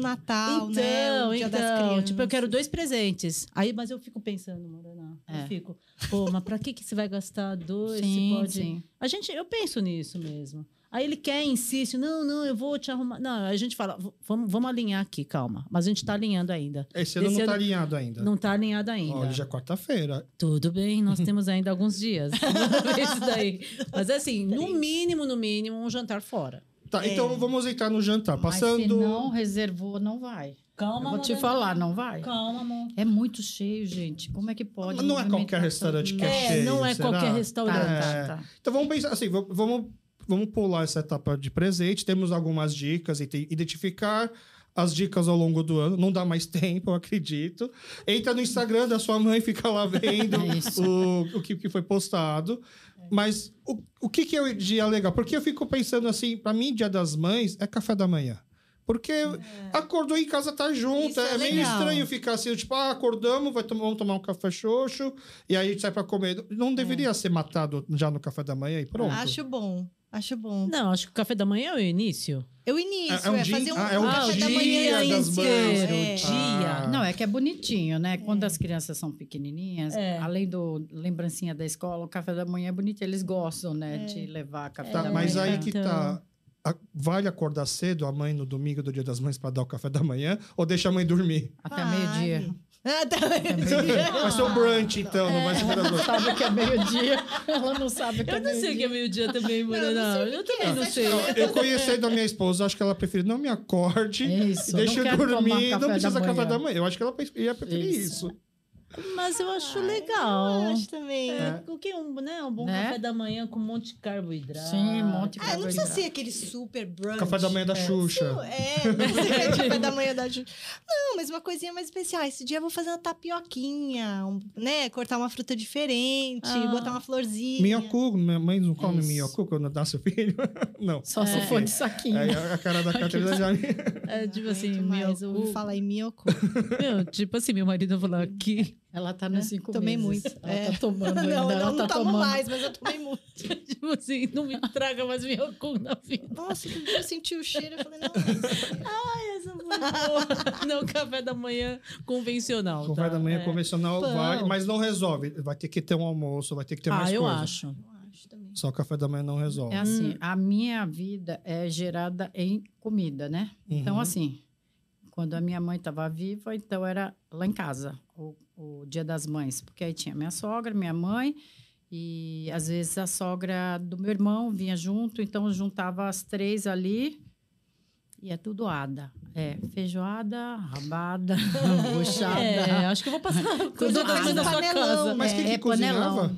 [SPEAKER 2] Então,
[SPEAKER 4] Natal, né? O dia das
[SPEAKER 2] então,
[SPEAKER 4] crianças.
[SPEAKER 2] tipo, eu quero dois presentes. Aí, mas eu fico pensando, Morana, eu
[SPEAKER 3] É.
[SPEAKER 2] fico, pô, mas pra que que você vai gastar dois?
[SPEAKER 3] Sim,
[SPEAKER 2] você pode...
[SPEAKER 3] sim.
[SPEAKER 1] Tá
[SPEAKER 2] A gente, eu penso nisso mesmo. Aí ele quer, insiste, não, não, eu vou te arrumar. Não, a gente fala, "V- vamos, vamos alinhar aqui, calma. Mas a gente tá alinhando ainda.
[SPEAKER 1] Esse ano
[SPEAKER 2] Esse
[SPEAKER 1] não tá
[SPEAKER 2] ano-
[SPEAKER 1] alinhado ainda.
[SPEAKER 2] Não tá alinhado ainda.
[SPEAKER 1] Olha, já é quarta-feira.
[SPEAKER 2] Tudo bem, nós temos ainda alguns dias. Vamos ver isso daí. Mas assim, no mínimo, no mínimo, um jantar fora.
[SPEAKER 1] Tá,
[SPEAKER 4] É.
[SPEAKER 1] então vamos entrar no jantar.
[SPEAKER 3] Mas se
[SPEAKER 1] Passando.
[SPEAKER 3] não reservou, não vai.
[SPEAKER 2] Calma,
[SPEAKER 3] Eu vou te
[SPEAKER 2] Morena.
[SPEAKER 3] falar, não vai.
[SPEAKER 2] Calma, amor.
[SPEAKER 3] É muito cheio, gente. Como é que pode?
[SPEAKER 1] Mas não é
[SPEAKER 3] movimentar
[SPEAKER 1] qualquer restaurante que
[SPEAKER 3] tanto?
[SPEAKER 2] É,
[SPEAKER 1] cheio,
[SPEAKER 2] não é
[SPEAKER 1] será?
[SPEAKER 2] qualquer
[SPEAKER 3] Tá,
[SPEAKER 2] restaurante.
[SPEAKER 1] É.
[SPEAKER 3] tá, tá.
[SPEAKER 1] Então vamos pensar assim, va- vamos, vamos pular essa etapa de presente. Temos algumas dicas, e tem- identificar as dicas ao longo do ano. Não dá mais tempo, eu acredito. Entra no Instagram da sua mãe, fica lá vendo
[SPEAKER 3] É isso.
[SPEAKER 1] o, o que, que foi postado. Mas o, o que, que é o dia legal? Porque eu fico pensando assim, pra mim, dia das mães é café da manhã. Porque acordou em casa tá junto.
[SPEAKER 4] Isso
[SPEAKER 1] É,
[SPEAKER 4] é
[SPEAKER 1] meio
[SPEAKER 4] legal.
[SPEAKER 1] estranho ficar assim, tipo, ah, acordamos, vai tomar, vamos tomar um café xoxo, e aí a gente sai pra comer. Não
[SPEAKER 3] É.
[SPEAKER 1] deveria ser matado já no café da manhã e pronto.
[SPEAKER 4] Acho bom. Acho bom.
[SPEAKER 2] Não, acho que o café da manhã é o início.
[SPEAKER 4] Eu início,
[SPEAKER 1] É- é
[SPEAKER 4] é,
[SPEAKER 1] um dia-
[SPEAKER 4] fazer um,
[SPEAKER 1] ah, é um
[SPEAKER 4] café
[SPEAKER 1] dia
[SPEAKER 4] da manhã
[SPEAKER 1] das mães.
[SPEAKER 4] inteiro. É.
[SPEAKER 2] dia.
[SPEAKER 1] Ah.
[SPEAKER 3] Não, é que é bonitinho, né? Quando as crianças são pequenininhas,
[SPEAKER 2] É.
[SPEAKER 3] além do lembrancinha da escola, o café da manhã é bonito. Eles gostam, né? De levar café
[SPEAKER 1] Tá,
[SPEAKER 3] da
[SPEAKER 1] mas
[SPEAKER 3] manhã.
[SPEAKER 1] aí
[SPEAKER 3] então.
[SPEAKER 1] que tá. a- Vale acordar cedo a mãe no domingo do dia das mães pra dar o café da manhã ou deixa a mãe dormir?
[SPEAKER 3] Até
[SPEAKER 4] Vale.
[SPEAKER 3] meio-dia.
[SPEAKER 4] Ah, tá.
[SPEAKER 1] vai ser o brunch então, não vai ser das mães.
[SPEAKER 3] Sabe que é meio-dia. Ela não sabe que é
[SPEAKER 2] Eu não sei o que é
[SPEAKER 3] meio-dia.
[SPEAKER 2] meio-dia também, Morena. Eu também não sei.
[SPEAKER 1] Eu conheci da minha esposa, acho que ela preferiu não me acorde,
[SPEAKER 3] Isso,
[SPEAKER 1] deixa
[SPEAKER 3] É, não
[SPEAKER 1] eu
[SPEAKER 3] quero tomar
[SPEAKER 1] dormir,
[SPEAKER 3] café
[SPEAKER 1] não
[SPEAKER 3] da
[SPEAKER 1] precisa café
[SPEAKER 3] manhã.
[SPEAKER 1] da manhã. Eu acho que ela pre- ia preferir isso.
[SPEAKER 2] Mas eu acho
[SPEAKER 4] Ah, Eu
[SPEAKER 2] legal.
[SPEAKER 4] acho também. Ah,
[SPEAKER 1] É.
[SPEAKER 2] O que é um, né, um bom
[SPEAKER 3] Né?
[SPEAKER 2] café da manhã com um monte de carboidrato.
[SPEAKER 3] Sim, um monte de
[SPEAKER 4] Ah, não precisa
[SPEAKER 3] carboidrato.
[SPEAKER 4] ser aquele super brunch.
[SPEAKER 1] Café da manhã da Xuxa.
[SPEAKER 4] É, não precisa ser café da manhã da Xuxa. Não, mas uma coisinha mais especial. Ah, Esse dia eu vou fazer uma tapioquinha, um- né? Cortar uma fruta diferente,
[SPEAKER 2] Ah.
[SPEAKER 4] botar uma florzinha.
[SPEAKER 1] Minhocu, minha mãe não come
[SPEAKER 3] Isso.
[SPEAKER 1] minhocu quando dá seu filho? não.
[SPEAKER 3] Só se for de saquinho.
[SPEAKER 1] Aí É, a cara da Catarina já me...
[SPEAKER 2] É, tipo assim,
[SPEAKER 4] Aguento
[SPEAKER 2] meu,
[SPEAKER 4] Ah, mais ouvir falar em minhocu.
[SPEAKER 2] meu, tipo assim, meu marido falou aqui.
[SPEAKER 3] Ela tá nos cinco
[SPEAKER 4] Tomei
[SPEAKER 3] meses.
[SPEAKER 4] muito.
[SPEAKER 3] Ela
[SPEAKER 4] É.
[SPEAKER 3] tá tomando
[SPEAKER 4] Não,
[SPEAKER 3] ainda.
[SPEAKER 4] não,
[SPEAKER 3] ela
[SPEAKER 4] não
[SPEAKER 3] tá
[SPEAKER 4] tomo
[SPEAKER 3] tomando.
[SPEAKER 4] mais, mas eu tomei muito.
[SPEAKER 2] Tipo assim, não me traga mais meu cu na vida.
[SPEAKER 4] Nossa, que dia eu senti o cheiro, eu falei, não, mas
[SPEAKER 2] Não, café da manhã convencional.
[SPEAKER 1] Café
[SPEAKER 2] tá?
[SPEAKER 1] da manhã
[SPEAKER 2] É.
[SPEAKER 1] convencional
[SPEAKER 3] Então.
[SPEAKER 2] Pão.
[SPEAKER 1] vai, mas não resolve. Vai ter que ter um almoço, vai ter que ter mais
[SPEAKER 2] Ah, eu
[SPEAKER 1] coisa.
[SPEAKER 2] acho.
[SPEAKER 4] eu acho também.
[SPEAKER 1] Só o café da manhã não resolve.
[SPEAKER 3] É assim, a minha vida é gerada em comida, né? Então,
[SPEAKER 1] Uhum.
[SPEAKER 3] assim, quando a minha mãe estava viva, então era lá em casa, o, o Dia das Mães. Porque aí tinha minha sogra, minha mãe, e às vezes a sogra do meu irmão vinha junto, então juntava as três ali, e é tudo ada. É, feijoada, rabada, buchada.
[SPEAKER 2] É, acho que eu vou passar coisa das
[SPEAKER 4] faz
[SPEAKER 2] coisas da sua
[SPEAKER 4] panelão,
[SPEAKER 2] casa.
[SPEAKER 1] Mas quem que
[SPEAKER 3] é
[SPEAKER 1] cozinhava?
[SPEAKER 3] panelão.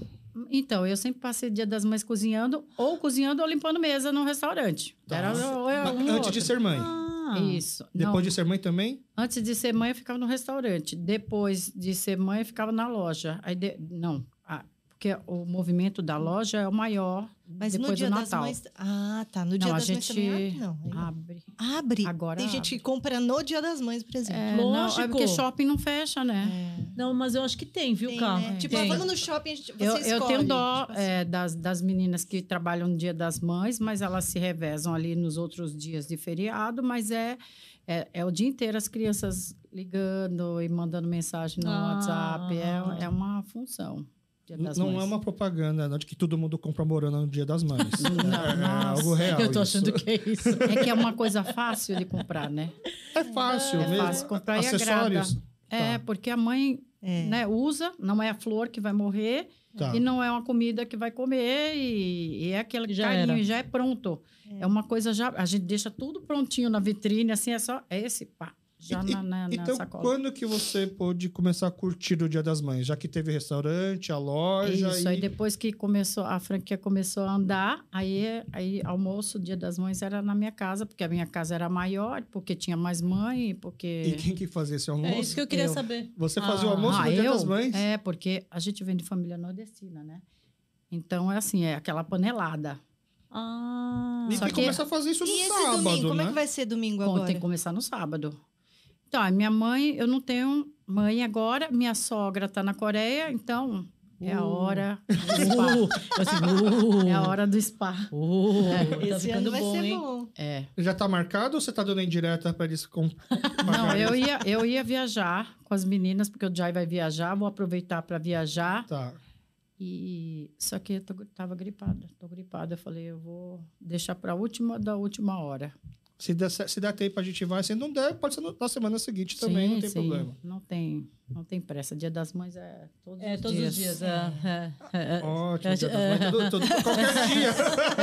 [SPEAKER 3] Então, eu sempre passei dia das mães cozinhando, ou cozinhando ou limpando mesa num restaurante.
[SPEAKER 1] Tá.
[SPEAKER 3] Era, ou era
[SPEAKER 1] Mas
[SPEAKER 3] um ou
[SPEAKER 1] Antes de
[SPEAKER 3] outro.
[SPEAKER 1] ser mãe.
[SPEAKER 2] Ah,
[SPEAKER 3] Isso.
[SPEAKER 1] Depois
[SPEAKER 3] Não,
[SPEAKER 1] de ser mãe também?
[SPEAKER 3] Antes de ser mãe, eu ficava no restaurante. Depois de ser mãe, eu ficava na loja. Aí de- Não, ah, porque o movimento da loja é o maior.
[SPEAKER 4] Mas
[SPEAKER 3] depois
[SPEAKER 4] no dia
[SPEAKER 3] do
[SPEAKER 4] das
[SPEAKER 3] Natal.
[SPEAKER 4] mães. Ah, tá. No dia
[SPEAKER 3] Não, a
[SPEAKER 4] das mães
[SPEAKER 3] gente-
[SPEAKER 4] também abre? Não. ainda.
[SPEAKER 3] Abre.
[SPEAKER 4] Abre.
[SPEAKER 3] Agora
[SPEAKER 4] Tem gente
[SPEAKER 3] abre.
[SPEAKER 4] que compra no dia das mães, por exemplo.
[SPEAKER 3] É, Não, é
[SPEAKER 2] Lógico.
[SPEAKER 3] porque shopping não fecha,
[SPEAKER 4] É.
[SPEAKER 3] né?
[SPEAKER 2] Não, mas eu acho que tem, viu,
[SPEAKER 4] Tem,
[SPEAKER 2] Carla?
[SPEAKER 4] né? Tipo,
[SPEAKER 2] Tem.
[SPEAKER 4] ah, vamos no shopping, a gente- você
[SPEAKER 3] Eu,
[SPEAKER 4] escolhe.
[SPEAKER 3] eu tenho dó
[SPEAKER 4] Tipo assim.
[SPEAKER 3] é, das, das meninas que trabalham no Dia das Mães, mas elas se revezam ali nos outros dias de feriado, mas é, é, é o dia inteiro as crianças ligando e mandando mensagem no
[SPEAKER 2] Ah.
[SPEAKER 3] WhatsApp. É, é uma função. Dia das
[SPEAKER 1] não
[SPEAKER 3] Mães.
[SPEAKER 1] é uma propaganda não, de que todo mundo compra morando no dia das mães.
[SPEAKER 3] Não,
[SPEAKER 1] é, é
[SPEAKER 3] nossa,
[SPEAKER 1] algo real.
[SPEAKER 2] Eu tô achando
[SPEAKER 1] isso.
[SPEAKER 2] que é isso.
[SPEAKER 3] É que é uma coisa fácil de comprar, né?
[SPEAKER 1] É fácil
[SPEAKER 3] É
[SPEAKER 1] mesmo.
[SPEAKER 3] fácil comprar e
[SPEAKER 1] Acessórios?
[SPEAKER 3] É,
[SPEAKER 1] Tá.
[SPEAKER 3] porque a mãe
[SPEAKER 4] É.
[SPEAKER 3] né, usa, não é a flor que vai morrer
[SPEAKER 1] Tá.
[SPEAKER 3] e não é uma comida que vai comer e, e é aquele
[SPEAKER 2] Já
[SPEAKER 3] carinho,
[SPEAKER 2] era.
[SPEAKER 3] e já é pronto. É. uma coisa já, a gente deixa tudo prontinho na vitrine, assim, é só é esse pá, já
[SPEAKER 1] E-
[SPEAKER 3] na, na- na
[SPEAKER 1] Então,
[SPEAKER 3] é sacola.
[SPEAKER 1] quando que você pôde começar a curtir o Dia das Mães? Já que teve restaurante, a loja
[SPEAKER 3] Isso,
[SPEAKER 1] e...
[SPEAKER 3] aí depois que começou, a franquia começou a andar, aí, aí almoço, dia das mães, era na minha casa, porque a minha casa era maior, porque tinha mais mãe, porque...
[SPEAKER 1] e quem que fazia esse almoço?
[SPEAKER 2] É isso que eu queria
[SPEAKER 3] eu-
[SPEAKER 2] saber.
[SPEAKER 1] Você fazia o
[SPEAKER 2] Ah,
[SPEAKER 1] almoço no Dia das Mães?
[SPEAKER 3] É, porque a gente vem de família nordestina, né? Então é assim, é aquela panelada.
[SPEAKER 2] Ah,
[SPEAKER 1] E
[SPEAKER 3] Só
[SPEAKER 1] tem que
[SPEAKER 3] que-
[SPEAKER 1] começar a fazer isso no
[SPEAKER 4] E esse
[SPEAKER 1] sábado,
[SPEAKER 4] domingo, como
[SPEAKER 1] né?
[SPEAKER 4] é que vai ser domingo
[SPEAKER 3] Bom,
[SPEAKER 4] agora?
[SPEAKER 3] tem que começar no sábado. Então, a minha mãe, eu não tenho mãe agora, minha sogra tá na Coreia, então é a
[SPEAKER 2] Uh.
[SPEAKER 3] hora do spa.
[SPEAKER 2] Uh, eu assim, uh,
[SPEAKER 3] É a hora do spa.
[SPEAKER 2] Uh, tá
[SPEAKER 4] Esse ano
[SPEAKER 2] ficando
[SPEAKER 4] vai
[SPEAKER 2] bom,
[SPEAKER 4] ser
[SPEAKER 2] hein?
[SPEAKER 4] bom.
[SPEAKER 3] É.
[SPEAKER 1] Já tá marcado ou você tá dando indireta pra eles com...
[SPEAKER 3] Não, eu ia, eu ia viajar com as meninas, porque o Jai vai viajar, vou aproveitar para viajar.
[SPEAKER 1] Tá.
[SPEAKER 3] E só que eu tô, tava gripada, tô gripada, eu falei, eu vou deixar para última da última hora.
[SPEAKER 1] Se der, ce- se der tempo, a gente vai. Se não der, pode ser no- na semana seguinte também,
[SPEAKER 3] Sim,
[SPEAKER 1] não tem
[SPEAKER 3] sim.
[SPEAKER 1] problema.
[SPEAKER 3] Não tem, não tem pressa. Dia das Mães é todos
[SPEAKER 2] É,
[SPEAKER 3] os
[SPEAKER 2] todos
[SPEAKER 3] dias.
[SPEAKER 2] os dias. É, é, é,
[SPEAKER 1] Ótimo,
[SPEAKER 2] É,
[SPEAKER 1] Dia das
[SPEAKER 2] é.
[SPEAKER 1] Mães, todo- todo- qualquer dia.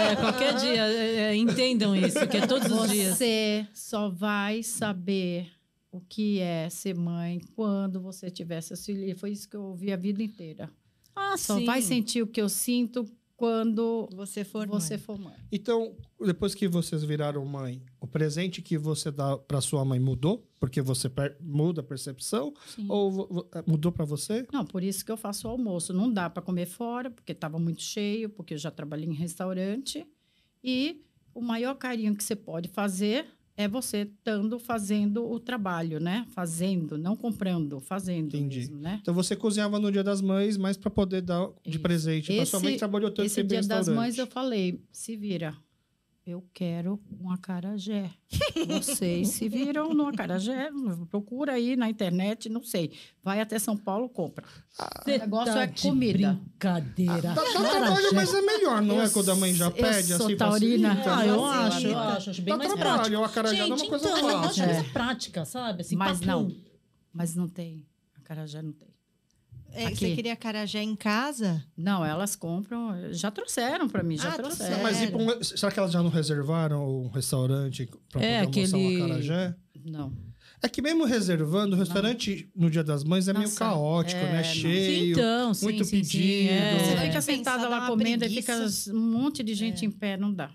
[SPEAKER 2] é, qualquer dia. é, é, entendam isso, que é todos os dias.
[SPEAKER 3] Você só vai saber o que é ser mãe quando você tiver seus filhos. Foi isso que eu ouvi a vida inteira.
[SPEAKER 2] Ah,
[SPEAKER 3] Só vai sentir o que eu sinto quando
[SPEAKER 4] Você for
[SPEAKER 3] você
[SPEAKER 4] mãe.
[SPEAKER 3] for mãe.
[SPEAKER 1] Então, depois que vocês viraram mãe, o presente que você dá pra sua mãe mudou? Porque você per- muda a percepção?
[SPEAKER 3] Sim.
[SPEAKER 1] Ou vo- vo- eh, mudou pra você?
[SPEAKER 3] Não, por isso que eu faço o almoço. Não dá para comer fora, porque estava muito cheio, porque eu já trabalhei em restaurante. E o maior carinho que você pode fazer é você estando fazendo o trabalho, né? Fazendo, não comprando, fazendo
[SPEAKER 1] Entendi.
[SPEAKER 3] mesmo, né?
[SPEAKER 1] Então você cozinhava no Dia das Mães, mas pra poder dar de
[SPEAKER 3] Isso.
[SPEAKER 1] presente. Pra sua
[SPEAKER 3] Esse-
[SPEAKER 1] mãe que trabalhou tanto
[SPEAKER 3] Esse
[SPEAKER 1] tempo em
[SPEAKER 3] dia das
[SPEAKER 1] restaurante.
[SPEAKER 3] mães eu falei, se vira. Eu quero um acarajé. Vocês se viram no acarajé, procura aí na internet, não sei. Vai até São Paulo, compra.
[SPEAKER 2] Cê
[SPEAKER 3] negócio
[SPEAKER 2] tá
[SPEAKER 3] é
[SPEAKER 2] de
[SPEAKER 3] comida.
[SPEAKER 2] Brincadeira.
[SPEAKER 1] Dá, dá trabalho, Tá, mas é melhor, não
[SPEAKER 3] Eu
[SPEAKER 1] é? Quando a mãe já
[SPEAKER 3] sou- eu
[SPEAKER 1] pede,
[SPEAKER 3] sou
[SPEAKER 1] assim,
[SPEAKER 3] taurina.
[SPEAKER 1] facilita,
[SPEAKER 2] Ah, eu
[SPEAKER 1] né?
[SPEAKER 4] Facilita.
[SPEAKER 2] acho, eu acho, acho bem
[SPEAKER 1] Dá
[SPEAKER 2] mais prático.
[SPEAKER 1] trabalho, o acarajé não é uma
[SPEAKER 2] Gente,
[SPEAKER 1] coisa
[SPEAKER 2] então, eu gosto
[SPEAKER 1] fácil.
[SPEAKER 2] de
[SPEAKER 3] É.
[SPEAKER 2] coisa prática, sabe? Assim,
[SPEAKER 3] Mas
[SPEAKER 2] papum.
[SPEAKER 3] não. Mas não tem. Acarajé não tem.
[SPEAKER 4] É, você
[SPEAKER 3] Aqui.
[SPEAKER 4] queria carajé em casa?
[SPEAKER 3] Não, elas compram. Já trouxeram para mim, já
[SPEAKER 4] Ah,
[SPEAKER 3] trouxeram.
[SPEAKER 4] trouxeram.
[SPEAKER 1] Mas e pra um- será que elas já não reservaram um restaurante pra poder
[SPEAKER 2] É,
[SPEAKER 1] almoçar
[SPEAKER 2] aquele-
[SPEAKER 1] um acarajé?
[SPEAKER 3] Não.
[SPEAKER 1] É que mesmo reservando, o restaurante no Dia das Mães é meio
[SPEAKER 3] Nossa,
[SPEAKER 1] caótico,
[SPEAKER 3] é,
[SPEAKER 1] né?
[SPEAKER 3] não.
[SPEAKER 2] Sim,
[SPEAKER 1] Cheio.
[SPEAKER 2] então, sim,
[SPEAKER 1] muito
[SPEAKER 2] sim, sim,
[SPEAKER 1] pedido.
[SPEAKER 2] é.
[SPEAKER 3] Você
[SPEAKER 4] É.
[SPEAKER 3] fica
[SPEAKER 4] Pensar
[SPEAKER 3] sentada
[SPEAKER 4] dá
[SPEAKER 3] lá
[SPEAKER 4] uma
[SPEAKER 3] comendo e fica
[SPEAKER 4] preguiça.
[SPEAKER 3] um monte de gente
[SPEAKER 2] É.
[SPEAKER 3] em pé, não dá.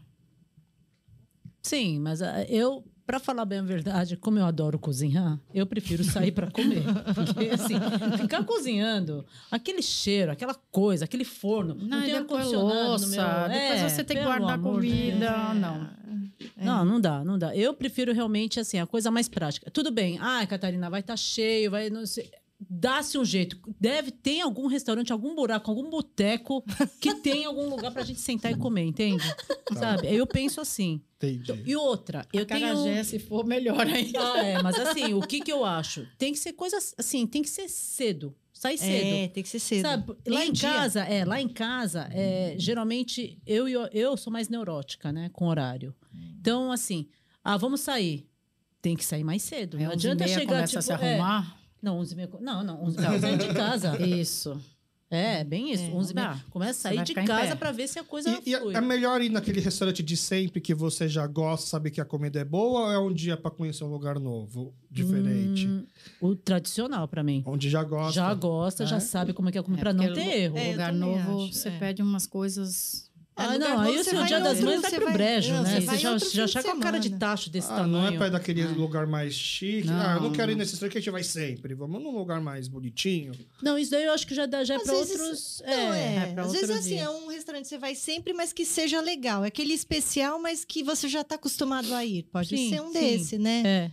[SPEAKER 2] Sim, mas ah, eu, pra falar bem a verdade, como eu adoro cozinhar, eu prefiro sair pra comer. Porque, assim, ficar cozinhando, aquele cheiro, aquela coisa, aquele forno, não, tem
[SPEAKER 3] depois
[SPEAKER 2] ar-condicionado no meu...
[SPEAKER 3] Depois
[SPEAKER 2] É,
[SPEAKER 3] você tem que
[SPEAKER 2] pelo
[SPEAKER 3] guardar
[SPEAKER 2] amor de Deus.
[SPEAKER 3] comida. Não.
[SPEAKER 2] Não, não dá, não dá. Eu prefiro realmente, assim, a coisa mais prática. Tudo bem, ah, Catarina, vai estar cheio, vai. Não sei. Dá-se um jeito. Deve ter algum restaurante, algum buraco, algum boteco que tem algum lugar pra gente sentar e comer, entende? Sabe? Eu penso assim.
[SPEAKER 1] Entendi.
[SPEAKER 2] E outra, eu tenho. um
[SPEAKER 3] Acarajé, se for, melhor ainda.
[SPEAKER 2] Ah, é, mas assim, o que que eu acho? Tem que ser coisa assim, tem que ser cedo. Sai cedo.
[SPEAKER 4] É, tem que ser cedo.
[SPEAKER 2] Sabe, lá
[SPEAKER 4] Meio
[SPEAKER 2] em
[SPEAKER 4] dia.
[SPEAKER 2] casa, é, lá em casa, é, geralmente eu, e o- eu sou mais neurótica, né, com horário. Então, assim, ah, vamos sair. Tem que sair mais cedo.
[SPEAKER 3] Aí
[SPEAKER 2] não
[SPEAKER 3] 11 É, e
[SPEAKER 2] adianta
[SPEAKER 3] meia
[SPEAKER 2] chegar
[SPEAKER 3] começa
[SPEAKER 2] tipo,
[SPEAKER 3] a se
[SPEAKER 2] é,
[SPEAKER 3] arrumar.
[SPEAKER 2] não, 11 e meia, não, não, 11 e meia eu saio de casa.
[SPEAKER 3] Isso.
[SPEAKER 2] É, bem isso.
[SPEAKER 3] É,
[SPEAKER 2] 11
[SPEAKER 3] não
[SPEAKER 2] meses.
[SPEAKER 3] dá.
[SPEAKER 2] Começa a
[SPEAKER 3] Você
[SPEAKER 2] sair
[SPEAKER 3] vai
[SPEAKER 2] de
[SPEAKER 3] ficar em
[SPEAKER 2] casa
[SPEAKER 3] pé.
[SPEAKER 2] pra ver se a coisa
[SPEAKER 1] E, e
[SPEAKER 2] flui.
[SPEAKER 1] é melhor ir naquele restaurante de sempre que você já gosta, sabe que a comida é boa, ou é um dia pra conhecer um lugar novo, diferente?
[SPEAKER 2] Hum, o tradicional pra mim.
[SPEAKER 1] Onde já gosta.
[SPEAKER 2] Já gosta,
[SPEAKER 1] É?
[SPEAKER 2] já sabe como é que é comer pra
[SPEAKER 3] porque
[SPEAKER 2] não ter erro.
[SPEAKER 4] É, eu
[SPEAKER 3] lugar
[SPEAKER 4] também
[SPEAKER 3] novo,
[SPEAKER 4] acho,
[SPEAKER 3] você
[SPEAKER 4] é.
[SPEAKER 3] pede umas coisas.
[SPEAKER 2] Ah,
[SPEAKER 4] lugar
[SPEAKER 2] não,
[SPEAKER 4] novo,
[SPEAKER 2] aí o
[SPEAKER 4] você
[SPEAKER 2] seu
[SPEAKER 4] vai
[SPEAKER 2] dia
[SPEAKER 4] em
[SPEAKER 2] das
[SPEAKER 4] outro,
[SPEAKER 2] mães vai
[SPEAKER 4] você
[SPEAKER 2] pro
[SPEAKER 4] vai-
[SPEAKER 2] brejo,
[SPEAKER 4] não,
[SPEAKER 2] né?
[SPEAKER 4] você
[SPEAKER 2] Você
[SPEAKER 4] vai em
[SPEAKER 2] já,
[SPEAKER 4] outro
[SPEAKER 2] já
[SPEAKER 4] fim de
[SPEAKER 2] chega com a cara de
[SPEAKER 4] semana.
[SPEAKER 2] tacho desse
[SPEAKER 1] Ah,
[SPEAKER 2] tamanho.
[SPEAKER 1] não é pra ir daquele lugar mais chique. ah, eu não
[SPEAKER 3] Não.
[SPEAKER 1] quero ir nesse restaurante que a gente vai sempre. Vamos num lugar mais bonitinho.
[SPEAKER 2] Não, isso daí eu acho que já, dá, já é
[SPEAKER 4] Às
[SPEAKER 2] pra
[SPEAKER 4] vezes-
[SPEAKER 2] outros.
[SPEAKER 4] Não,
[SPEAKER 2] é.
[SPEAKER 4] é.
[SPEAKER 3] é pra
[SPEAKER 4] Às
[SPEAKER 3] outro
[SPEAKER 4] vezes, assim,
[SPEAKER 3] dia.
[SPEAKER 4] é um restaurante que você vai sempre, mas que seja legal. É aquele especial, mas que você já tá acostumado a ir. Pode
[SPEAKER 2] Sim,
[SPEAKER 4] ser um
[SPEAKER 2] sim.
[SPEAKER 4] desse, né?
[SPEAKER 2] é.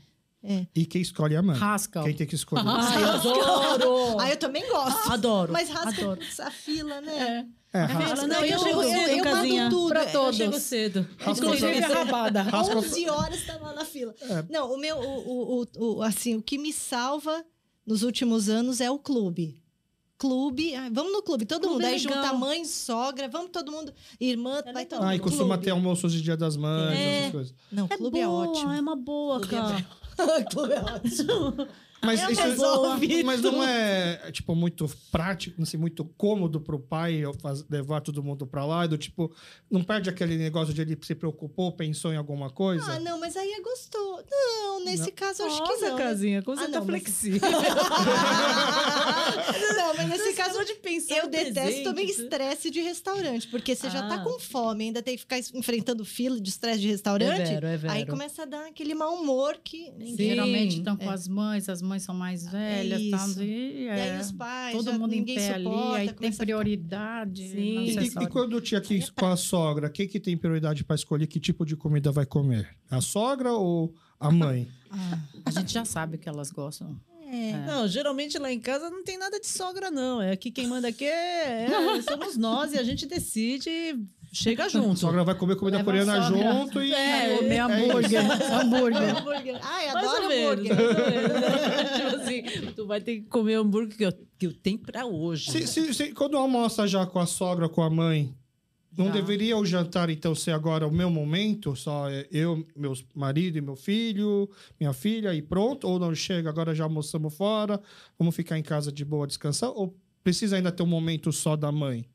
[SPEAKER 1] E quem escolhe é a mãe.
[SPEAKER 3] Rascal.
[SPEAKER 1] Quem tem que escolher.
[SPEAKER 2] Ai, adoro!
[SPEAKER 4] Ah, eu também gosto.
[SPEAKER 2] Adoro.
[SPEAKER 4] mas rasga
[SPEAKER 2] Adoro.
[SPEAKER 4] essa fila, né?
[SPEAKER 3] É.
[SPEAKER 1] É,
[SPEAKER 2] Ela
[SPEAKER 1] Ra-
[SPEAKER 2] fala,
[SPEAKER 4] Não, eu chego
[SPEAKER 3] assim,
[SPEAKER 4] cedo,
[SPEAKER 2] eu
[SPEAKER 4] casinha. Pra
[SPEAKER 2] Pra todos.
[SPEAKER 4] todos.
[SPEAKER 2] cedo.
[SPEAKER 1] Rascal-
[SPEAKER 3] Inclusive a rabada.
[SPEAKER 1] Rascal-
[SPEAKER 4] 11 horas tá lá na fila.
[SPEAKER 1] É.
[SPEAKER 4] Não, o meu, o, o, o- o- assim, o que me salva nos últimos anos é o clube. Clube, ah, vamos no clube, todo
[SPEAKER 2] Clube
[SPEAKER 4] mundo.
[SPEAKER 2] é
[SPEAKER 4] Aí
[SPEAKER 2] legal.
[SPEAKER 4] junta mãe, sogra, vamos todo mundo, irmã,
[SPEAKER 2] É
[SPEAKER 4] vai
[SPEAKER 2] legal.
[SPEAKER 4] todo mundo.
[SPEAKER 1] Ah, e costuma
[SPEAKER 4] Clube.
[SPEAKER 1] ter almoços de dia das mães,
[SPEAKER 2] É.
[SPEAKER 1] essas coisas.
[SPEAKER 4] Não,
[SPEAKER 2] É
[SPEAKER 4] clube
[SPEAKER 2] boa,
[SPEAKER 4] é ótimo.
[SPEAKER 2] é uma boa,
[SPEAKER 4] Clube é
[SPEAKER 2] cara.
[SPEAKER 4] clube é ótimo.
[SPEAKER 1] Mas,
[SPEAKER 4] Eu
[SPEAKER 1] isso, é
[SPEAKER 4] resolvi
[SPEAKER 1] mas não é, tipo, muito prático, assim, muito cômodo pro pai eu faz- levar todo mundo pra lá. Do tipo, não perde aquele negócio de ele se preocupou, pensou em alguma coisa.
[SPEAKER 4] Ah, não, mas aí é gostoso. Não, nesse caso eu
[SPEAKER 3] "Ah,
[SPEAKER 4] acho que não. né?
[SPEAKER 2] casinha, como
[SPEAKER 4] você tá
[SPEAKER 2] flexível.
[SPEAKER 4] não, mas nesse caso
[SPEAKER 2] de pensar
[SPEAKER 4] eu detesto também estresse de restaurante, porque você já
[SPEAKER 2] Ah.
[SPEAKER 4] tá com fome, ainda tem que ficar es- enfrentando fila de estresse de restaurante.
[SPEAKER 2] É vero, é vero.
[SPEAKER 4] Aí começa a dar aquele mau humor que ninguém.
[SPEAKER 3] Geralmente estão
[SPEAKER 4] É. Ah,
[SPEAKER 3] com as mães, as mães são mais velhas,
[SPEAKER 4] isso.
[SPEAKER 3] tal, e,
[SPEAKER 4] E aí
[SPEAKER 3] é,
[SPEAKER 4] os pais,
[SPEAKER 3] todo
[SPEAKER 4] já
[SPEAKER 3] mundo em
[SPEAKER 4] ninguém
[SPEAKER 3] pé
[SPEAKER 4] suporta,
[SPEAKER 3] ali, aí tem
[SPEAKER 4] começa a-
[SPEAKER 1] E,
[SPEAKER 2] Sim.
[SPEAKER 3] prioridade. na
[SPEAKER 1] e-
[SPEAKER 3] acessório.
[SPEAKER 1] e quando eu tinha que ir com a sogra, quem que tem prioridade pra escolher que tipo de comida vai comer? A sogra ou a mãe?
[SPEAKER 3] Ah, a gente já sabe que elas gostam.
[SPEAKER 4] É.
[SPEAKER 2] Não, geralmente lá em casa não tem nada de sogra, não. É aqui quem manda aqui é, é- somos nós e a gente decide e chega
[SPEAKER 1] A
[SPEAKER 2] junto.
[SPEAKER 1] sogra vai comer comida
[SPEAKER 3] Leva a
[SPEAKER 1] coreana
[SPEAKER 3] sogra.
[SPEAKER 1] junto e.
[SPEAKER 2] É,
[SPEAKER 3] comer
[SPEAKER 1] é
[SPEAKER 3] hambúrguer, hambúrguer.
[SPEAKER 4] Ai,
[SPEAKER 2] Mais
[SPEAKER 4] Ah, adoro
[SPEAKER 2] ou menos,
[SPEAKER 4] hambúrguer.
[SPEAKER 2] mais ou menos, né? tipo assim, tu vai ter que comer o hambúrguer que eu, que eu tenho pra hoje.
[SPEAKER 1] Se- se- se- quando almoça já com a sogra, com a mãe, não
[SPEAKER 3] Já.
[SPEAKER 1] deveria o jantar, então, ser agora o meu momento? Só é eu, meu marido e meu filho, minha filha e pronto? Ou não chega, agora já almoçamos fora, vamos ficar em casa de boa descansar? Ou precisa ainda ter um momento só da mãe?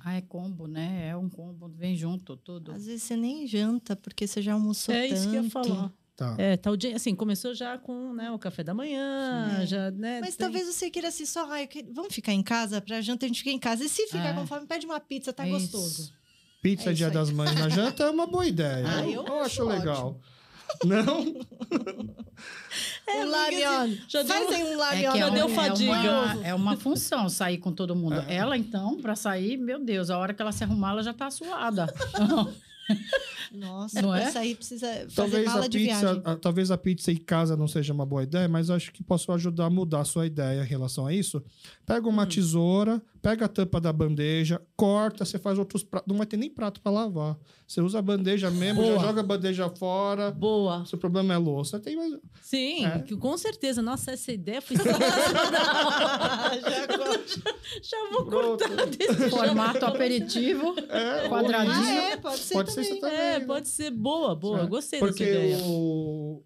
[SPEAKER 3] Ah, é combo, né? É um combo, vem junto tudo.
[SPEAKER 4] Às vezes você nem janta, porque você já almoçou
[SPEAKER 2] é isso que eu ia
[SPEAKER 4] tanto.
[SPEAKER 2] falar.
[SPEAKER 1] Tá.
[SPEAKER 2] É, tal dia, assim, começou já com né, o café da manhã,
[SPEAKER 4] Sim.
[SPEAKER 2] já,
[SPEAKER 3] É,
[SPEAKER 2] né?
[SPEAKER 4] Mas
[SPEAKER 2] tem-
[SPEAKER 4] talvez você queira assim, só, ai, eu quero- vamos ficar em casa pra janta, a gente fica em casa. E se ficar
[SPEAKER 3] É.
[SPEAKER 4] com fome, pede uma pizza, tá
[SPEAKER 3] É isso.
[SPEAKER 4] gostoso.
[SPEAKER 1] Pizza
[SPEAKER 4] É isso
[SPEAKER 1] dia
[SPEAKER 4] aí.
[SPEAKER 1] das mães na janta é uma boa ideia.
[SPEAKER 4] Ah,
[SPEAKER 1] eu,
[SPEAKER 4] eu
[SPEAKER 1] eu acho
[SPEAKER 4] acho
[SPEAKER 1] legal. Não? É,
[SPEAKER 4] um lamiano.
[SPEAKER 2] já deu-
[SPEAKER 4] Fazem um
[SPEAKER 3] É
[SPEAKER 4] lamiano.
[SPEAKER 2] já
[SPEAKER 3] é
[SPEAKER 2] deu
[SPEAKER 3] um- é
[SPEAKER 2] fadiga.
[SPEAKER 3] uma- É uma, função sair com todo mundo. Ela, então, pra sair, meu Deus, a hora que ela se arrumar, ela já tá suada.
[SPEAKER 4] Nossa,
[SPEAKER 3] Não
[SPEAKER 4] pra
[SPEAKER 3] é?
[SPEAKER 4] sair precisa fazer
[SPEAKER 1] Talvez
[SPEAKER 4] mala
[SPEAKER 1] a,
[SPEAKER 4] de
[SPEAKER 1] pizza,
[SPEAKER 4] viagem.
[SPEAKER 1] a- talvez a pizza em casa não seja uma boa ideia, mas acho que posso ajudar a mudar a sua ideia em relação a isso. Pega uma tesoura, pega a tampa da bandeja, corta, você faz outros pratos. Não vai ter nem prato para lavar. Você usa a bandeja mesmo,
[SPEAKER 2] Boa.
[SPEAKER 1] já joga a bandeja fora.
[SPEAKER 2] Boa.
[SPEAKER 1] Seu problema é louça. Tem mais...
[SPEAKER 2] Sim,
[SPEAKER 1] É.
[SPEAKER 2] que, com certeza. Nossa, essa ideia foi sensacional. já, já vou cortar desse
[SPEAKER 3] Formato aperitivo,
[SPEAKER 1] É,
[SPEAKER 3] Quadradinho.
[SPEAKER 1] ou
[SPEAKER 4] Ah,
[SPEAKER 1] isso.
[SPEAKER 4] é, pode ser
[SPEAKER 1] Pode ser
[SPEAKER 4] também.
[SPEAKER 1] isso também.
[SPEAKER 2] É,
[SPEAKER 1] né?
[SPEAKER 2] pode ser boa, boa.
[SPEAKER 1] É.
[SPEAKER 2] Eu Gostei dessa
[SPEAKER 1] Porque
[SPEAKER 2] ideia.
[SPEAKER 1] o,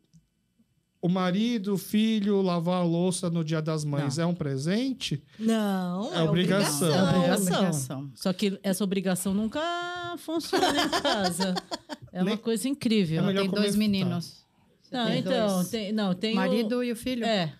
[SPEAKER 1] o marido, o filho, lavar a louça no dia das mães é um presente?
[SPEAKER 4] Não,
[SPEAKER 1] É obrigação.
[SPEAKER 4] É
[SPEAKER 2] É
[SPEAKER 4] obrigação.
[SPEAKER 3] obrigação.
[SPEAKER 2] Só que essa obrigação nunca funciona em casa. É uma
[SPEAKER 1] Nem-
[SPEAKER 2] coisa incrível.
[SPEAKER 1] É melhor
[SPEAKER 3] Tem dois
[SPEAKER 1] comer-
[SPEAKER 3] meninos.
[SPEAKER 2] não,
[SPEAKER 3] tem
[SPEAKER 2] então,
[SPEAKER 3] dois.
[SPEAKER 2] tem, não, tem o-
[SPEAKER 3] Marido e o filho.
[SPEAKER 2] É.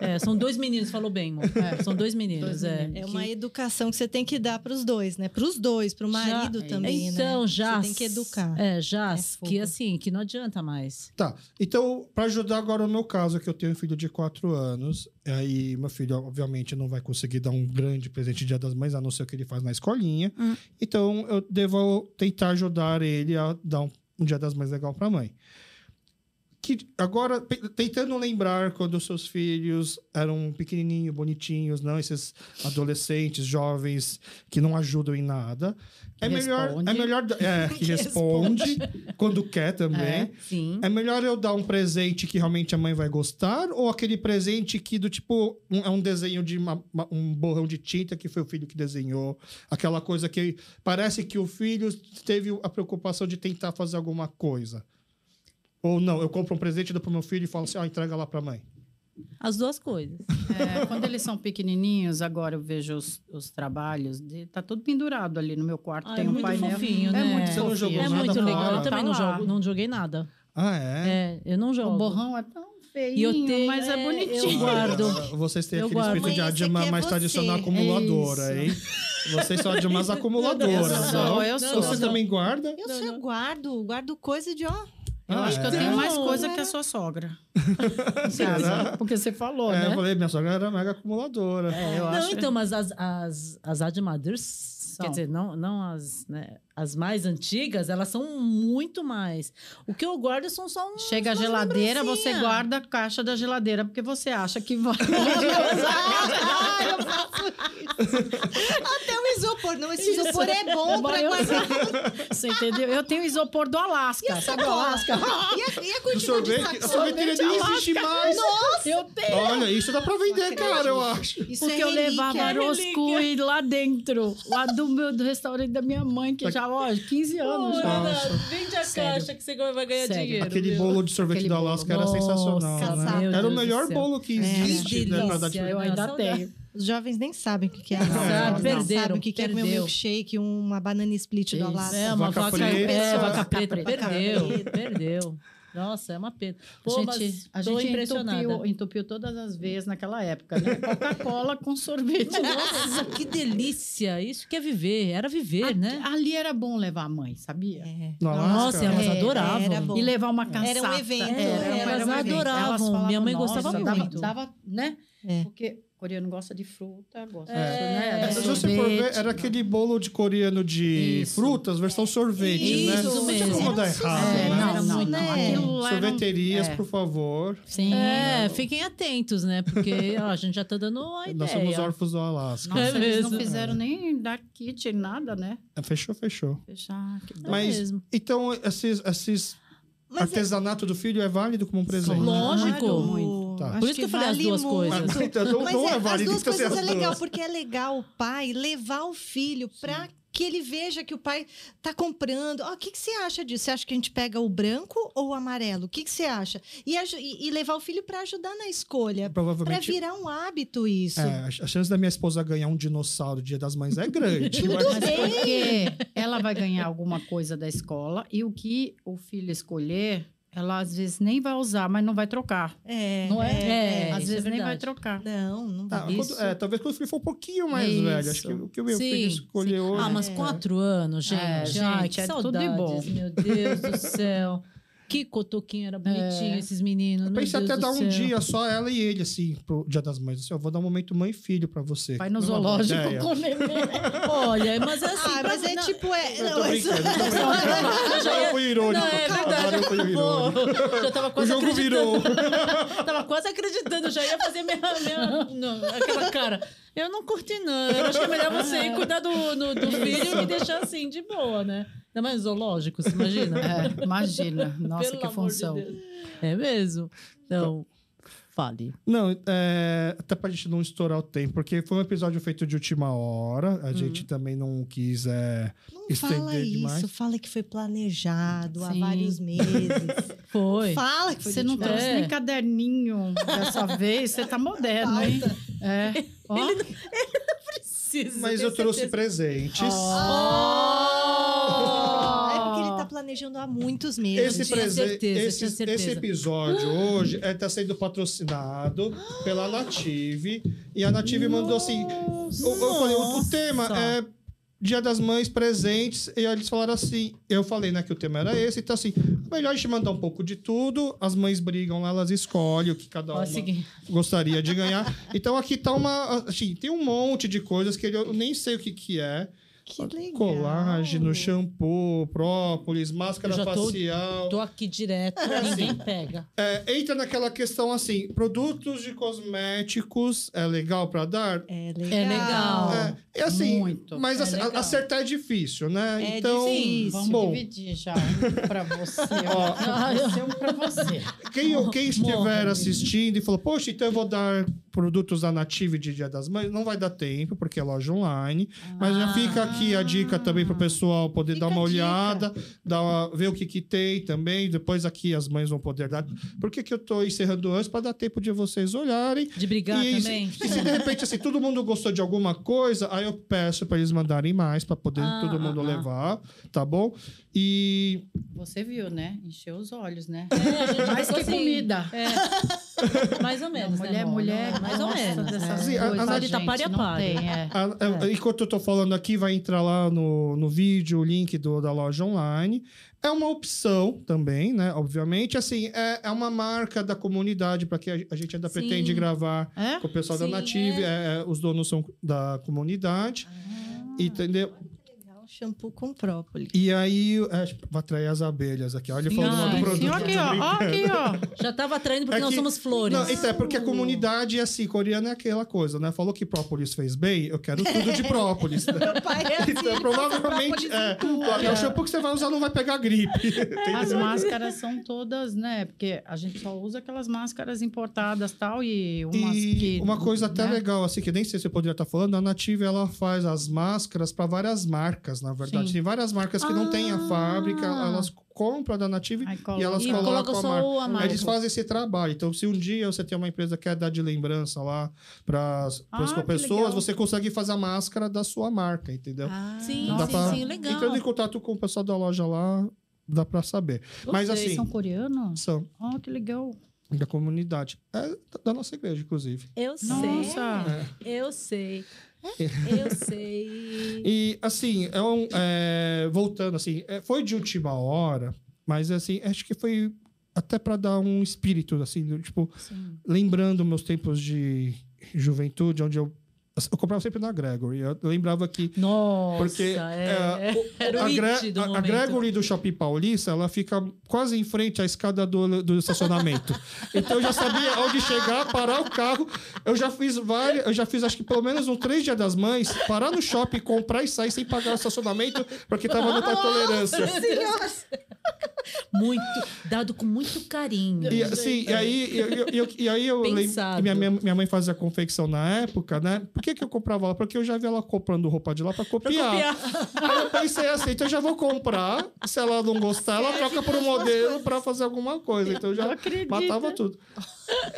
[SPEAKER 2] É, são dois meninos, falou bem, amor. É, são dois meninos,
[SPEAKER 3] Dois
[SPEAKER 2] é.
[SPEAKER 3] meninos.
[SPEAKER 4] É
[SPEAKER 2] Que-
[SPEAKER 4] uma educação que você tem que dar para os dois, né? Para os dois, para o marido
[SPEAKER 3] Já-
[SPEAKER 4] também,
[SPEAKER 2] então,
[SPEAKER 4] né?
[SPEAKER 2] já.
[SPEAKER 4] Você tem que educar.
[SPEAKER 2] É, Jaz,
[SPEAKER 4] É fogo.
[SPEAKER 2] que assim, que não adianta mais.
[SPEAKER 1] Tá. Então, para ajudar agora o meu caso, que eu tenho um filho de 4 anos, aí meu filho, obviamente, não vai conseguir dar um grande presente de Dia das Mães, a não ser o que ele faz na escolinha.
[SPEAKER 2] Hum.
[SPEAKER 1] Então, eu devo tentar ajudar ele a dar um, um Dia das Mães legal para mãe. Que agora, pe- tentando lembrar quando os seus filhos eram pequenininhos, bonitinhos, não esses adolescentes, jovens que não ajudam em nada. É melhor, é
[SPEAKER 3] Responde.
[SPEAKER 1] melhor é, que responde quando quer também.
[SPEAKER 3] É.
[SPEAKER 2] Sim.
[SPEAKER 1] É melhor eu dar um presente que realmente a mãe vai gostar ou aquele presente que do tipo um- é um desenho de uma- uma- um borrão de tinta que foi o filho que desenhou, aquela coisa que parece que o filho teve a preocupação de tentar fazer alguma coisa. Ou não, eu compro um presente dou pro meu filho e falo assim, ó, entrega "Ah, lá pra mãe.
[SPEAKER 2] As duas coisas.
[SPEAKER 3] É, quando eles são pequenininhos, agora eu vejo os, os trabalhos, de, tá tudo pendurado ali no meu quarto.
[SPEAKER 2] Ah,
[SPEAKER 3] tem
[SPEAKER 2] é
[SPEAKER 3] um
[SPEAKER 2] muito
[SPEAKER 3] painel.
[SPEAKER 2] fofinho, né?
[SPEAKER 3] É muito
[SPEAKER 2] Você
[SPEAKER 1] não
[SPEAKER 3] fofinho.
[SPEAKER 1] jogou
[SPEAKER 2] É
[SPEAKER 1] nada
[SPEAKER 2] muito
[SPEAKER 1] fora.
[SPEAKER 2] legal. Eu
[SPEAKER 1] Tá
[SPEAKER 2] também não
[SPEAKER 3] lá.
[SPEAKER 2] jogo, não joguei nada.
[SPEAKER 1] Ah, é?
[SPEAKER 2] É, eu não jogo.
[SPEAKER 3] O borrão é tão
[SPEAKER 2] E eu
[SPEAKER 3] feinho,
[SPEAKER 2] tenho-
[SPEAKER 3] mas é
[SPEAKER 2] é,
[SPEAKER 3] bonitinho.
[SPEAKER 2] eu guardo.
[SPEAKER 1] Ah, Vocês têm
[SPEAKER 2] Eu
[SPEAKER 1] aquele
[SPEAKER 2] guardo.
[SPEAKER 1] espírito de
[SPEAKER 4] Mãe, esse
[SPEAKER 1] Adjama
[SPEAKER 4] aqui é
[SPEAKER 1] mais
[SPEAKER 4] você.
[SPEAKER 1] tradicional
[SPEAKER 4] É
[SPEAKER 1] acumuladora, hein? Vocês são Adjamas
[SPEAKER 2] Eu
[SPEAKER 1] acumuladoras.
[SPEAKER 2] sou,
[SPEAKER 1] ó.
[SPEAKER 3] eu sou,
[SPEAKER 1] Você
[SPEAKER 3] não.
[SPEAKER 1] também guarda?
[SPEAKER 4] Eu
[SPEAKER 2] Não,
[SPEAKER 4] só
[SPEAKER 2] não.
[SPEAKER 4] guardo, guardo coisa de ó.
[SPEAKER 3] Eu
[SPEAKER 1] Ah,
[SPEAKER 3] acho que eu
[SPEAKER 1] é?
[SPEAKER 3] tenho mais
[SPEAKER 4] Não,
[SPEAKER 3] coisa
[SPEAKER 4] não
[SPEAKER 3] que a
[SPEAKER 4] era.
[SPEAKER 3] sua sogra.
[SPEAKER 1] Será?
[SPEAKER 3] Porque você falou,
[SPEAKER 1] É, eu
[SPEAKER 3] né?
[SPEAKER 1] falei, minha sogra era mega acumuladora.
[SPEAKER 3] É, eu
[SPEAKER 2] não,
[SPEAKER 3] acho.
[SPEAKER 2] então, mas as, as, as Admothers, quer dizer, não, não as, né, as mais antigas, elas são muito mais. O que eu guardo são só um.
[SPEAKER 3] Chega a
[SPEAKER 2] umas
[SPEAKER 3] geladeira, você
[SPEAKER 2] lembrancinhas.
[SPEAKER 3] guarda a caixa da geladeira, porque você acha que vai.
[SPEAKER 4] Até o isopor. Não, esse isopor é bom pra guardar.
[SPEAKER 3] assim. Você entendeu? Eu tenho isopor do
[SPEAKER 4] Tá,
[SPEAKER 3] Alasca. Sabe o Alasca?
[SPEAKER 4] E a, e a
[SPEAKER 1] O
[SPEAKER 4] quantidade de
[SPEAKER 1] sorvete, o
[SPEAKER 4] saco?
[SPEAKER 1] sorvete ele nem existe mais.
[SPEAKER 3] Eu tenho.
[SPEAKER 1] Olha, isso dá pra vender, cara, eu acho.
[SPEAKER 4] Isso
[SPEAKER 3] Porque
[SPEAKER 4] é
[SPEAKER 3] eu
[SPEAKER 4] relíquia.
[SPEAKER 3] levava roscui lá dentro, lá do meu do restaurante da minha mãe, que já, ó, 15 anos
[SPEAKER 2] Pô,
[SPEAKER 3] já.
[SPEAKER 2] Ana,
[SPEAKER 1] Nossa.
[SPEAKER 2] né? Vende a
[SPEAKER 3] Sério.
[SPEAKER 2] caixa que você vai ganhar
[SPEAKER 3] Sério.
[SPEAKER 2] dinheiro.
[SPEAKER 1] Aquele
[SPEAKER 2] meu.
[SPEAKER 1] bolo de sorvete
[SPEAKER 3] Aquele
[SPEAKER 1] da
[SPEAKER 3] bolo.
[SPEAKER 1] Alaska era
[SPEAKER 2] Nossa,
[SPEAKER 1] sensacional, né? Era
[SPEAKER 4] meu
[SPEAKER 1] o
[SPEAKER 2] Deus do
[SPEAKER 1] melhor
[SPEAKER 2] céu.
[SPEAKER 1] bolo que
[SPEAKER 4] Era
[SPEAKER 1] existe, né? Pra dar de
[SPEAKER 2] delícia,
[SPEAKER 3] Eu ainda
[SPEAKER 2] Saudade.
[SPEAKER 3] tenho.
[SPEAKER 4] Os jovens nem sabem o que, que é. Não,
[SPEAKER 1] sabe,
[SPEAKER 4] não
[SPEAKER 2] perderam,
[SPEAKER 4] sabem o que, que é comer um
[SPEAKER 2] perdeu.
[SPEAKER 4] milkshake, uma banana split do lado.
[SPEAKER 2] É, uma
[SPEAKER 1] Vaca
[SPEAKER 2] vaca,
[SPEAKER 1] preta.
[SPEAKER 2] preta. É, vaca preta.
[SPEAKER 3] Vaca preta.
[SPEAKER 2] Perdeu, perdeu. Nossa, é uma pena. Pô,
[SPEAKER 3] a
[SPEAKER 2] mas
[SPEAKER 3] gente, a
[SPEAKER 2] tô
[SPEAKER 3] gente
[SPEAKER 2] impressionada.
[SPEAKER 3] entupiu, entupiu todas as vezes naquela época, né? Coca-Cola com sorvete.
[SPEAKER 2] Nossa, que delícia. Isso que é viver. Era viver, né?
[SPEAKER 3] Ali era bom levar a mãe, sabia?
[SPEAKER 4] É.
[SPEAKER 1] No Alasca?
[SPEAKER 2] Nossa, elas
[SPEAKER 3] É,
[SPEAKER 2] adoravam.
[SPEAKER 4] era bom.
[SPEAKER 3] E levar uma cansata.
[SPEAKER 4] Era um evento,
[SPEAKER 3] assim.
[SPEAKER 2] elas adoravam. Minha mãe gostava
[SPEAKER 3] dava,
[SPEAKER 2] muito."
[SPEAKER 3] Dava, né?
[SPEAKER 4] É.
[SPEAKER 3] Porque coreano gosta de fruta, gosta
[SPEAKER 2] É.
[SPEAKER 3] né?
[SPEAKER 2] É.
[SPEAKER 1] Se
[SPEAKER 3] de
[SPEAKER 1] você for ver,
[SPEAKER 3] sorvete,
[SPEAKER 1] era
[SPEAKER 3] né?
[SPEAKER 1] aquele bolo de coreano de
[SPEAKER 3] Isso.
[SPEAKER 1] frutas, versão sorvete, né?
[SPEAKER 2] Isso
[SPEAKER 1] não tinha
[SPEAKER 2] mesmo.
[SPEAKER 1] como dar
[SPEAKER 4] Era um
[SPEAKER 1] errado,
[SPEAKER 3] É,
[SPEAKER 4] sucesso,
[SPEAKER 1] né?
[SPEAKER 3] não, não, não.
[SPEAKER 4] né?
[SPEAKER 3] Aquilo lá era um-
[SPEAKER 1] Sorveterias,
[SPEAKER 3] é.
[SPEAKER 1] por favor.
[SPEAKER 3] Sim.
[SPEAKER 2] É, fiquem atentos, né? Porque ó, a gente já tá dando a ideia.
[SPEAKER 1] Nós somos órfãos do Alasca.
[SPEAKER 3] Nossa,
[SPEAKER 2] É
[SPEAKER 3] eles não
[SPEAKER 2] mesmo.
[SPEAKER 3] fizeram nem dar kit, nada, né?
[SPEAKER 1] Fechou, fechou.
[SPEAKER 3] Fechar, que dó.
[SPEAKER 2] É
[SPEAKER 1] Mas,
[SPEAKER 2] mesmo.
[SPEAKER 1] então, esses, esses
[SPEAKER 4] Mas é
[SPEAKER 1] artesanato do filho é válido como um presente?
[SPEAKER 2] Claro.
[SPEAKER 4] claro,
[SPEAKER 3] muito.
[SPEAKER 1] Tá.
[SPEAKER 4] acho
[SPEAKER 2] Por isso que eu falei as
[SPEAKER 4] vale
[SPEAKER 2] duas
[SPEAKER 4] muito.
[SPEAKER 2] coisas.
[SPEAKER 1] Mas, então, não,
[SPEAKER 4] Mas
[SPEAKER 1] não
[SPEAKER 4] é,
[SPEAKER 1] é, válido.
[SPEAKER 4] as duas
[SPEAKER 1] então, assim,
[SPEAKER 4] coisas é
[SPEAKER 1] as
[SPEAKER 4] legal,
[SPEAKER 1] duas.
[SPEAKER 4] porque é legal o pai levar o filho pra que ele veja que o pai tá comprando. Ó, O que, que você acha disso? Você acha que a gente pega o branco ou o amarelo? O que, que você acha? E, aju- e- e levar o filho pra ajudar na escolha. Pra
[SPEAKER 1] Provavelmente.
[SPEAKER 4] virar um hábito isso.
[SPEAKER 1] É, a a chance da minha esposa ganhar um dinossauro Dia das Mães é grande. mas-
[SPEAKER 4] Tudo bem.
[SPEAKER 3] Porque ela vai ganhar alguma coisa da escola e o que o filho escolher, ela às vezes nem vai usar, mas não vai trocar.
[SPEAKER 4] É,
[SPEAKER 3] Não é?
[SPEAKER 2] É,
[SPEAKER 3] às
[SPEAKER 2] isso é
[SPEAKER 3] vezes nem
[SPEAKER 2] verdade.
[SPEAKER 3] vai trocar.
[SPEAKER 4] Não, não
[SPEAKER 1] Tá,
[SPEAKER 4] vai.
[SPEAKER 1] quando- é, talvez quando o filho for um pouquinho mais
[SPEAKER 3] Isso.
[SPEAKER 1] velho. Acho que o que o meu
[SPEAKER 2] Sim,
[SPEAKER 1] filho
[SPEAKER 2] sim.
[SPEAKER 1] escolheu.
[SPEAKER 2] Ah, mas
[SPEAKER 4] É.
[SPEAKER 2] quatro anos, gente.
[SPEAKER 3] É,
[SPEAKER 2] Ai,
[SPEAKER 3] gente,
[SPEAKER 2] que
[SPEAKER 3] é tudo
[SPEAKER 2] saudades,
[SPEAKER 3] de bom.
[SPEAKER 2] meu Deus do céu. Que cotoquinho era bonitinho,
[SPEAKER 3] É.
[SPEAKER 2] esses meninos.
[SPEAKER 1] Eu
[SPEAKER 2] meu
[SPEAKER 1] pensei
[SPEAKER 2] Deus
[SPEAKER 1] até
[SPEAKER 2] do
[SPEAKER 1] dar um
[SPEAKER 2] céu.
[SPEAKER 1] dia só ela e ele, assim, pro Dia das Mães. Assim, eu vou dar um momento mãe e filho pra você.
[SPEAKER 3] Vai no
[SPEAKER 1] Não é uma boa
[SPEAKER 2] né?
[SPEAKER 3] zoológico
[SPEAKER 1] ideia.
[SPEAKER 3] com o neném.
[SPEAKER 2] Olha, mas é assim.
[SPEAKER 4] Ah,
[SPEAKER 2] pra-
[SPEAKER 4] mas é
[SPEAKER 2] não,
[SPEAKER 4] tipo. É,
[SPEAKER 1] Eu
[SPEAKER 4] não,
[SPEAKER 1] tô
[SPEAKER 4] é-
[SPEAKER 1] brincando, eu tô brincando. Agora eu fui irônico.
[SPEAKER 2] Não, é
[SPEAKER 1] cara,
[SPEAKER 2] verdade.
[SPEAKER 1] Agora eu fui irônico.
[SPEAKER 2] Pô, já tava
[SPEAKER 1] O
[SPEAKER 2] quase
[SPEAKER 1] jogo
[SPEAKER 2] acreditando.
[SPEAKER 1] virou.
[SPEAKER 2] Tava quase acreditando, já ia fazer minha, minha- não, aquela cara. Eu não curti, não. Eu acho que é melhor você ir cuidar do, no- do filho e deixar assim, de boa, né? Ainda mais zoológico, você imagina?
[SPEAKER 3] É, imagina, nossa,
[SPEAKER 2] Pelo
[SPEAKER 3] que
[SPEAKER 2] amor
[SPEAKER 3] função.
[SPEAKER 2] de Deus. é mesmo? Então, fale.
[SPEAKER 1] Não, é, até pra gente não estourar o tempo, porque foi um episódio feito de última hora. A
[SPEAKER 2] Hum.
[SPEAKER 1] gente também não quis. é,
[SPEAKER 4] não fala
[SPEAKER 1] Estender
[SPEAKER 4] isso.
[SPEAKER 1] demais.
[SPEAKER 4] Fala que foi planejado há
[SPEAKER 3] Sim.
[SPEAKER 4] vários meses.
[SPEAKER 2] Foi.
[SPEAKER 4] Fala que foi
[SPEAKER 3] Você não
[SPEAKER 4] planejado.
[SPEAKER 3] trouxe
[SPEAKER 2] É.
[SPEAKER 3] nem caderninho dessa vez, você tá moderno, hein? É. Ó,
[SPEAKER 2] Preciso,
[SPEAKER 1] Mas eu
[SPEAKER 2] tenho
[SPEAKER 1] trouxe
[SPEAKER 2] certeza. Oh!
[SPEAKER 1] presentes.
[SPEAKER 4] É
[SPEAKER 3] Ah.
[SPEAKER 4] porque ele tá planejando há muitos meses.
[SPEAKER 1] Esse,
[SPEAKER 2] tinha
[SPEAKER 1] presen-
[SPEAKER 2] certeza, eu
[SPEAKER 1] esse-
[SPEAKER 2] tinha certeza.
[SPEAKER 1] esse episódio hoje está sendo patrocinado pela Native. E a Native mandou assim: eu, eu falei, o, o tema
[SPEAKER 2] Nossa.
[SPEAKER 1] é Dia das Mães presentes. E aí eles falaram assim: eu falei, né, que o tema era esse. Então, assim, melhor a gente mandar um pouco de tudo. As mães brigam lá, elas escolhem o que cada
[SPEAKER 2] Ó,
[SPEAKER 1] uma
[SPEAKER 2] seguinte.
[SPEAKER 1] gostaria de ganhar. Então, aqui tá uma. Assim, tem um monte de coisas que eu nem sei o que, que é.
[SPEAKER 4] Que legal.
[SPEAKER 1] Colágeno, shampoo, própolis, máscara
[SPEAKER 2] Eu já tô-
[SPEAKER 1] facial.
[SPEAKER 2] Tô aqui direto,
[SPEAKER 1] Assim.
[SPEAKER 2] ninguém pega.
[SPEAKER 1] É, entra naquela questão assim: produtos de cosméticos é legal pra dar?
[SPEAKER 4] É legal.
[SPEAKER 2] É legal.
[SPEAKER 1] É, é assim.
[SPEAKER 3] Muito.
[SPEAKER 1] Mas
[SPEAKER 3] É
[SPEAKER 1] ac-
[SPEAKER 3] legal.
[SPEAKER 1] acertar é difícil, né?
[SPEAKER 4] É
[SPEAKER 1] então,
[SPEAKER 4] difícil.
[SPEAKER 3] Vamos
[SPEAKER 1] bom,
[SPEAKER 3] dividir já um pra você.
[SPEAKER 1] Ó.
[SPEAKER 3] Ó, um pra você.
[SPEAKER 1] quem, quem estiver
[SPEAKER 2] Morra,
[SPEAKER 1] assistindo e falou, poxa, então eu vou dar produtos da Native de Dia das Mães, não vai dar tempo, porque é loja online. Mas já fica aqui a dica também para o pessoal poder
[SPEAKER 4] Ah. Fica
[SPEAKER 1] dar uma
[SPEAKER 4] a dica.
[SPEAKER 1] olhada, dar uma- ver o que, que tem também. Depois aqui as mães vão poder dar. Por que, que eu estou encerrando antes? Para dar tempo de vocês olharem.
[SPEAKER 2] De brigar
[SPEAKER 1] E se-
[SPEAKER 2] também.
[SPEAKER 1] E se de repente, assim, todo mundo gostou de alguma coisa, aí eu peço para eles mandarem mais, para poder
[SPEAKER 2] Ah,
[SPEAKER 1] todo mundo
[SPEAKER 2] ah, ah.
[SPEAKER 1] levar, tá bom? E
[SPEAKER 3] Você viu, né? Encheu os olhos, né?
[SPEAKER 2] É, a gente
[SPEAKER 3] Mais
[SPEAKER 2] ficou
[SPEAKER 3] que
[SPEAKER 2] assim,
[SPEAKER 3] comida.
[SPEAKER 2] é, mais ou menos,
[SPEAKER 3] Não,
[SPEAKER 2] né,
[SPEAKER 3] mulher,
[SPEAKER 2] Rô?
[SPEAKER 3] mulher,
[SPEAKER 2] mais ou
[SPEAKER 3] gosta
[SPEAKER 2] menos. né?
[SPEAKER 3] dessas
[SPEAKER 1] Sim, Assim, a-
[SPEAKER 3] coisas,
[SPEAKER 1] a-
[SPEAKER 2] Pare tá
[SPEAKER 3] gente,
[SPEAKER 2] pare a
[SPEAKER 3] não
[SPEAKER 2] pare.
[SPEAKER 3] tem, é.
[SPEAKER 1] a- a- enquanto eu tô falando aqui, vai entrar lá no, no vídeo o link do, da loja online. É uma opção também, né? Obviamente, assim, é, é uma marca da comunidade, para que a, a gente ainda
[SPEAKER 2] Sim.
[SPEAKER 1] pretende gravar
[SPEAKER 3] É?
[SPEAKER 1] com o pessoal
[SPEAKER 2] Sim,
[SPEAKER 1] da Native. é, é, os donos são da comunidade, entendeu?
[SPEAKER 4] Legal, É um shampoo com própolis.
[SPEAKER 1] E aí, é, vai atrair as abelhas aqui. Olha, ele falou
[SPEAKER 2] Sim.
[SPEAKER 1] mal do
[SPEAKER 2] Ai,
[SPEAKER 1] produto.
[SPEAKER 3] Sim, ó
[SPEAKER 1] tô
[SPEAKER 3] aqui, ó.
[SPEAKER 1] brincando.
[SPEAKER 3] ó aqui, ó.
[SPEAKER 2] Já tava atraindo porque
[SPEAKER 1] É
[SPEAKER 2] nós
[SPEAKER 1] que-
[SPEAKER 2] somos flores.
[SPEAKER 1] Não, isso é porque a comunidade, assim, coreana é aquela coisa, né? Falou que própolis fez bem, eu quero tudo de própolis. né?
[SPEAKER 4] Meu pai é assim,
[SPEAKER 1] Então, provavelmente, é, o shampoo que você vai usar não vai pegar gripe.
[SPEAKER 3] As
[SPEAKER 1] entendeu?
[SPEAKER 3] né? máscaras são todas, né? Porque a gente só usa aquelas máscaras importadas tal e umas
[SPEAKER 1] E
[SPEAKER 3] que...
[SPEAKER 1] uma coisa até
[SPEAKER 3] né?
[SPEAKER 1] legal, assim, que nem sei se eu poderia estar falando, a Native, ela faz as máscaras para várias marcas, na verdade.
[SPEAKER 3] Sim.
[SPEAKER 1] Tem várias marcas que não têm a
[SPEAKER 2] Ah.
[SPEAKER 1] fábrica, elas compram da Native
[SPEAKER 3] Aí coloca.
[SPEAKER 1] e elas
[SPEAKER 2] E
[SPEAKER 1] colocam
[SPEAKER 2] coloca
[SPEAKER 1] a
[SPEAKER 2] só a
[SPEAKER 1] Aí
[SPEAKER 2] marca.
[SPEAKER 1] Eles fazem esse trabalho. Então, se um dia você tem uma empresa que quer dar de lembrança lá para as
[SPEAKER 3] Ah, que
[SPEAKER 1] pessoas,
[SPEAKER 3] legal. Ah.
[SPEAKER 1] você consegue fazer a máscara da sua marca, entendeu?
[SPEAKER 2] Sim,
[SPEAKER 1] Dá
[SPEAKER 2] sim,
[SPEAKER 1] pra-
[SPEAKER 2] sim, legal.
[SPEAKER 1] Entrando em contato com o pessoal da loja lá, dá para saber. Mas
[SPEAKER 2] Gostei.
[SPEAKER 1] assim,
[SPEAKER 3] São coreanos?
[SPEAKER 1] são
[SPEAKER 3] Ó, que legal.
[SPEAKER 1] da comunidade. É da- da nossa igreja, inclusive.
[SPEAKER 2] Eu sei.
[SPEAKER 3] Nossa.
[SPEAKER 2] Eu sei.
[SPEAKER 1] É.
[SPEAKER 2] Eu sei.
[SPEAKER 1] E assim, é um, é, voltando assim, é, foi de última hora, mas assim, acho que foi até para dar um espírito assim, do tipo,
[SPEAKER 3] Sim.
[SPEAKER 1] lembrando meus tempos de juventude, onde eu. Eu comprava sempre na Gregory. Eu lembrava que.
[SPEAKER 2] Nossa,
[SPEAKER 1] Porque
[SPEAKER 2] é.
[SPEAKER 1] é, o-
[SPEAKER 2] Era o
[SPEAKER 1] a,
[SPEAKER 2] it
[SPEAKER 1] Gre-
[SPEAKER 2] do
[SPEAKER 1] a- a
[SPEAKER 2] momento.
[SPEAKER 1] Gregory do Shopping Paulista, ela fica quase em frente à escada do, do estacionamento. então eu já sabia onde chegar, parar o carro. Eu já fiz várias, eu já fiz acho que pelo menos um três dias das mães, parar no shopping, comprar e sair sem pagar o estacionamento, porque tava na tolerância.
[SPEAKER 2] Muito, dado com muito carinho.
[SPEAKER 1] E, assim, e aí eu, eu- eu- e aí eu lembro.
[SPEAKER 2] é. Pensado.
[SPEAKER 1] Minha, minha, minha mãe fazia confecção na época, né? Por que, que eu comprava lá? Porque eu já vi ela comprando roupa de lá pra
[SPEAKER 2] Pra
[SPEAKER 1] copiar.
[SPEAKER 2] copiar.
[SPEAKER 1] Aí eu pensei assim, então eu já vou comprar. Se ela não gostar, ela troca por um modelo pra fazer alguma coisa. Então eu já
[SPEAKER 3] Não acredito.
[SPEAKER 1] matava tudo.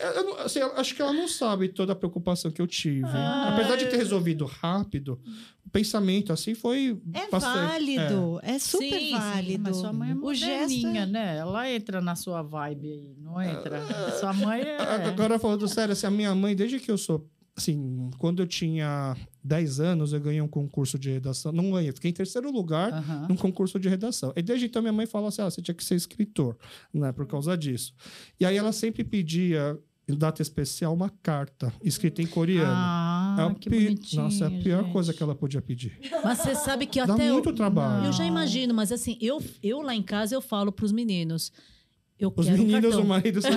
[SPEAKER 1] Eu- eu não- assim, ela- acho que ela não sabe toda a preocupação que eu tive. Apesar de ter resolvido rápido, o pensamento assim foi
[SPEAKER 4] É
[SPEAKER 1] bastante.
[SPEAKER 4] válido, é, super
[SPEAKER 2] Sim, sim,
[SPEAKER 4] válido.
[SPEAKER 3] Mas sua mãe é
[SPEAKER 4] O gesto
[SPEAKER 3] moderninha, né? Ela entra na sua vibe aí, não entra? Sua mãe é...
[SPEAKER 1] A- Agora falando sério, assim, a minha mãe, desde que eu sou. Assim, quando eu tinha 10 anos, eu ganhei um concurso de redação. Não ganhei, fiquei em terceiro lugar
[SPEAKER 3] Aham.
[SPEAKER 1] num concurso de redação. E desde então minha mãe falou assim: ah, você tinha que ser escritor, né? Por causa disso. E aí ela sempre pedia, em data especial, uma carta escrita em coreano. É
[SPEAKER 3] Ah,
[SPEAKER 1] o
[SPEAKER 3] que
[SPEAKER 1] pi-
[SPEAKER 3] bonitinho,
[SPEAKER 1] Nossa, é a pior
[SPEAKER 3] gente.
[SPEAKER 1] coisa que ela podia pedir.
[SPEAKER 2] Mas você sabe que
[SPEAKER 1] Dá
[SPEAKER 2] até eu,
[SPEAKER 1] muito trabalho.
[SPEAKER 3] Não.
[SPEAKER 2] eu já imagino, mas assim, eu, eu lá em casa eu falo pros meninos. Eu
[SPEAKER 1] Os
[SPEAKER 2] quero um
[SPEAKER 1] meninos,
[SPEAKER 2] cartão.
[SPEAKER 1] o marido, são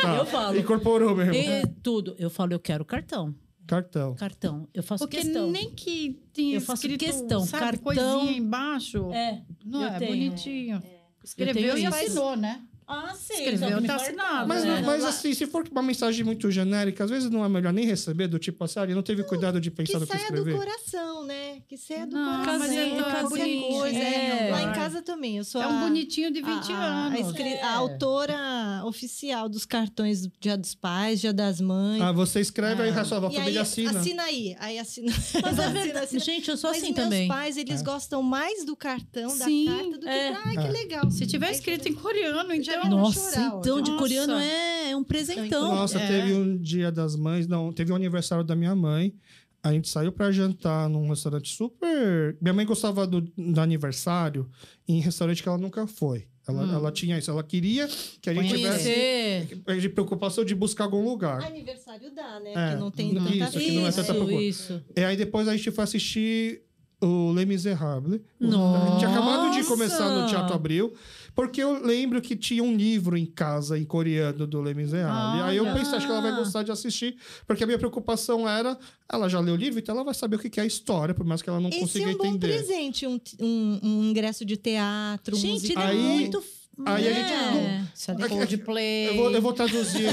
[SPEAKER 1] tá.
[SPEAKER 2] Eu falo.
[SPEAKER 1] Incorporou mesmo.
[SPEAKER 2] E tudo. Eu falo, eu quero cartão.
[SPEAKER 1] Cartão.
[SPEAKER 2] Cartão. Eu faço
[SPEAKER 3] Porque
[SPEAKER 2] questão.
[SPEAKER 3] nem que tinha
[SPEAKER 2] Eu faço
[SPEAKER 3] escrito,
[SPEAKER 2] questão,
[SPEAKER 3] sabe,
[SPEAKER 2] cartão.
[SPEAKER 3] coisinha embaixo,
[SPEAKER 2] É.
[SPEAKER 3] não
[SPEAKER 2] eu
[SPEAKER 3] é
[SPEAKER 2] tenho.
[SPEAKER 3] bonitinho. Escreveu e
[SPEAKER 2] isso.
[SPEAKER 3] assinou, né?
[SPEAKER 2] Ah, sim.
[SPEAKER 3] Escreveu,
[SPEAKER 2] só que me
[SPEAKER 3] tá
[SPEAKER 2] faz
[SPEAKER 3] assinado,
[SPEAKER 2] nada,
[SPEAKER 1] Mas,
[SPEAKER 3] É.
[SPEAKER 1] não-
[SPEAKER 2] né?
[SPEAKER 1] mas assim, se for uma mensagem muito genérica, às vezes não é melhor nem receber, do tipo assim, ah, ele não teve cuidado de pensar
[SPEAKER 4] que
[SPEAKER 1] no que
[SPEAKER 4] saia do
[SPEAKER 1] escrever.
[SPEAKER 4] coração, né? Que saia do
[SPEAKER 3] Não,
[SPEAKER 4] coração.
[SPEAKER 2] mas é
[SPEAKER 4] é
[SPEAKER 2] tão bonitinho,
[SPEAKER 4] coisa. é.
[SPEAKER 2] é.
[SPEAKER 4] Lá em casa também. Eu sou
[SPEAKER 3] É um
[SPEAKER 4] a-
[SPEAKER 3] bonitinho de
[SPEAKER 4] a-
[SPEAKER 3] 20
[SPEAKER 4] Ah, a-
[SPEAKER 3] anos.
[SPEAKER 4] A, escri- a
[SPEAKER 2] É.
[SPEAKER 4] autora oficial dos cartões Dia dos Pais, Dia das Mães.
[SPEAKER 1] Ah, você escreve, aí a sua
[SPEAKER 4] e aí, assim,
[SPEAKER 1] família assina.
[SPEAKER 4] aí. Aí assina.
[SPEAKER 2] Mas é
[SPEAKER 3] Assim,
[SPEAKER 4] Assina,
[SPEAKER 3] né?
[SPEAKER 2] verdade.
[SPEAKER 4] assina.
[SPEAKER 2] Gente, eu sou
[SPEAKER 4] Mas
[SPEAKER 2] assim
[SPEAKER 4] meus
[SPEAKER 2] também.
[SPEAKER 4] pais, eles
[SPEAKER 1] É.
[SPEAKER 4] gostam mais do cartão,
[SPEAKER 3] Sim,
[SPEAKER 4] da carta, do que...
[SPEAKER 2] é.
[SPEAKER 4] Ai, que
[SPEAKER 1] É.
[SPEAKER 4] legal.
[SPEAKER 3] Se tiver
[SPEAKER 4] Aí
[SPEAKER 3] escrito em coreano,
[SPEAKER 4] já
[SPEAKER 3] então...
[SPEAKER 4] me-
[SPEAKER 2] Nossa,
[SPEAKER 4] chorar
[SPEAKER 2] então
[SPEAKER 4] hoje.
[SPEAKER 2] de coreano
[SPEAKER 3] Nossa.
[SPEAKER 2] é, é um presentão.
[SPEAKER 1] Nossa,
[SPEAKER 3] é.
[SPEAKER 1] teve um dia das mães, não, teve o aniversário da minha mãe. A gente saiu pra jantar num restaurante super. Minha mãe gostava do, do aniversário em restaurante que ela nunca foi. Ela,
[SPEAKER 3] Hum.
[SPEAKER 1] ela tinha isso, ela queria que a gente tivesse
[SPEAKER 2] Conhecer.
[SPEAKER 1] a gente preocupação de buscar algum lugar.
[SPEAKER 4] Aniversário dá, né?
[SPEAKER 1] É,
[SPEAKER 4] Porque não tem
[SPEAKER 1] não-
[SPEAKER 4] tanta
[SPEAKER 1] isso, que não é tanta
[SPEAKER 4] vida.
[SPEAKER 1] pouco.
[SPEAKER 2] isso.
[SPEAKER 1] E aí depois a gente foi assistir o Les Miserables.
[SPEAKER 2] Nossa!
[SPEAKER 1] Tinha acabado de começar no Teatro Abril, porque eu lembro que tinha um livro em casa em coreano do Les Miserables.
[SPEAKER 3] Olha!
[SPEAKER 1] Aí eu pensei, acho que ela vai gostar de assistir, porque a minha preocupação era, ela já leu o livro, então ela vai saber o que que é a história, por mais que ela não
[SPEAKER 4] Esse é
[SPEAKER 1] consiga
[SPEAKER 4] um bom
[SPEAKER 1] entender.
[SPEAKER 4] presente, um, um- um ingresso de teatro, um
[SPEAKER 2] Gente,
[SPEAKER 4] musical.
[SPEAKER 2] ele é
[SPEAKER 1] Aí-
[SPEAKER 2] muito f-
[SPEAKER 1] Aí a
[SPEAKER 2] É.
[SPEAKER 1] gente não-
[SPEAKER 3] Isso é
[SPEAKER 1] É que- é que-
[SPEAKER 3] Coldplay.
[SPEAKER 1] Eu vou, eu vou traduzir,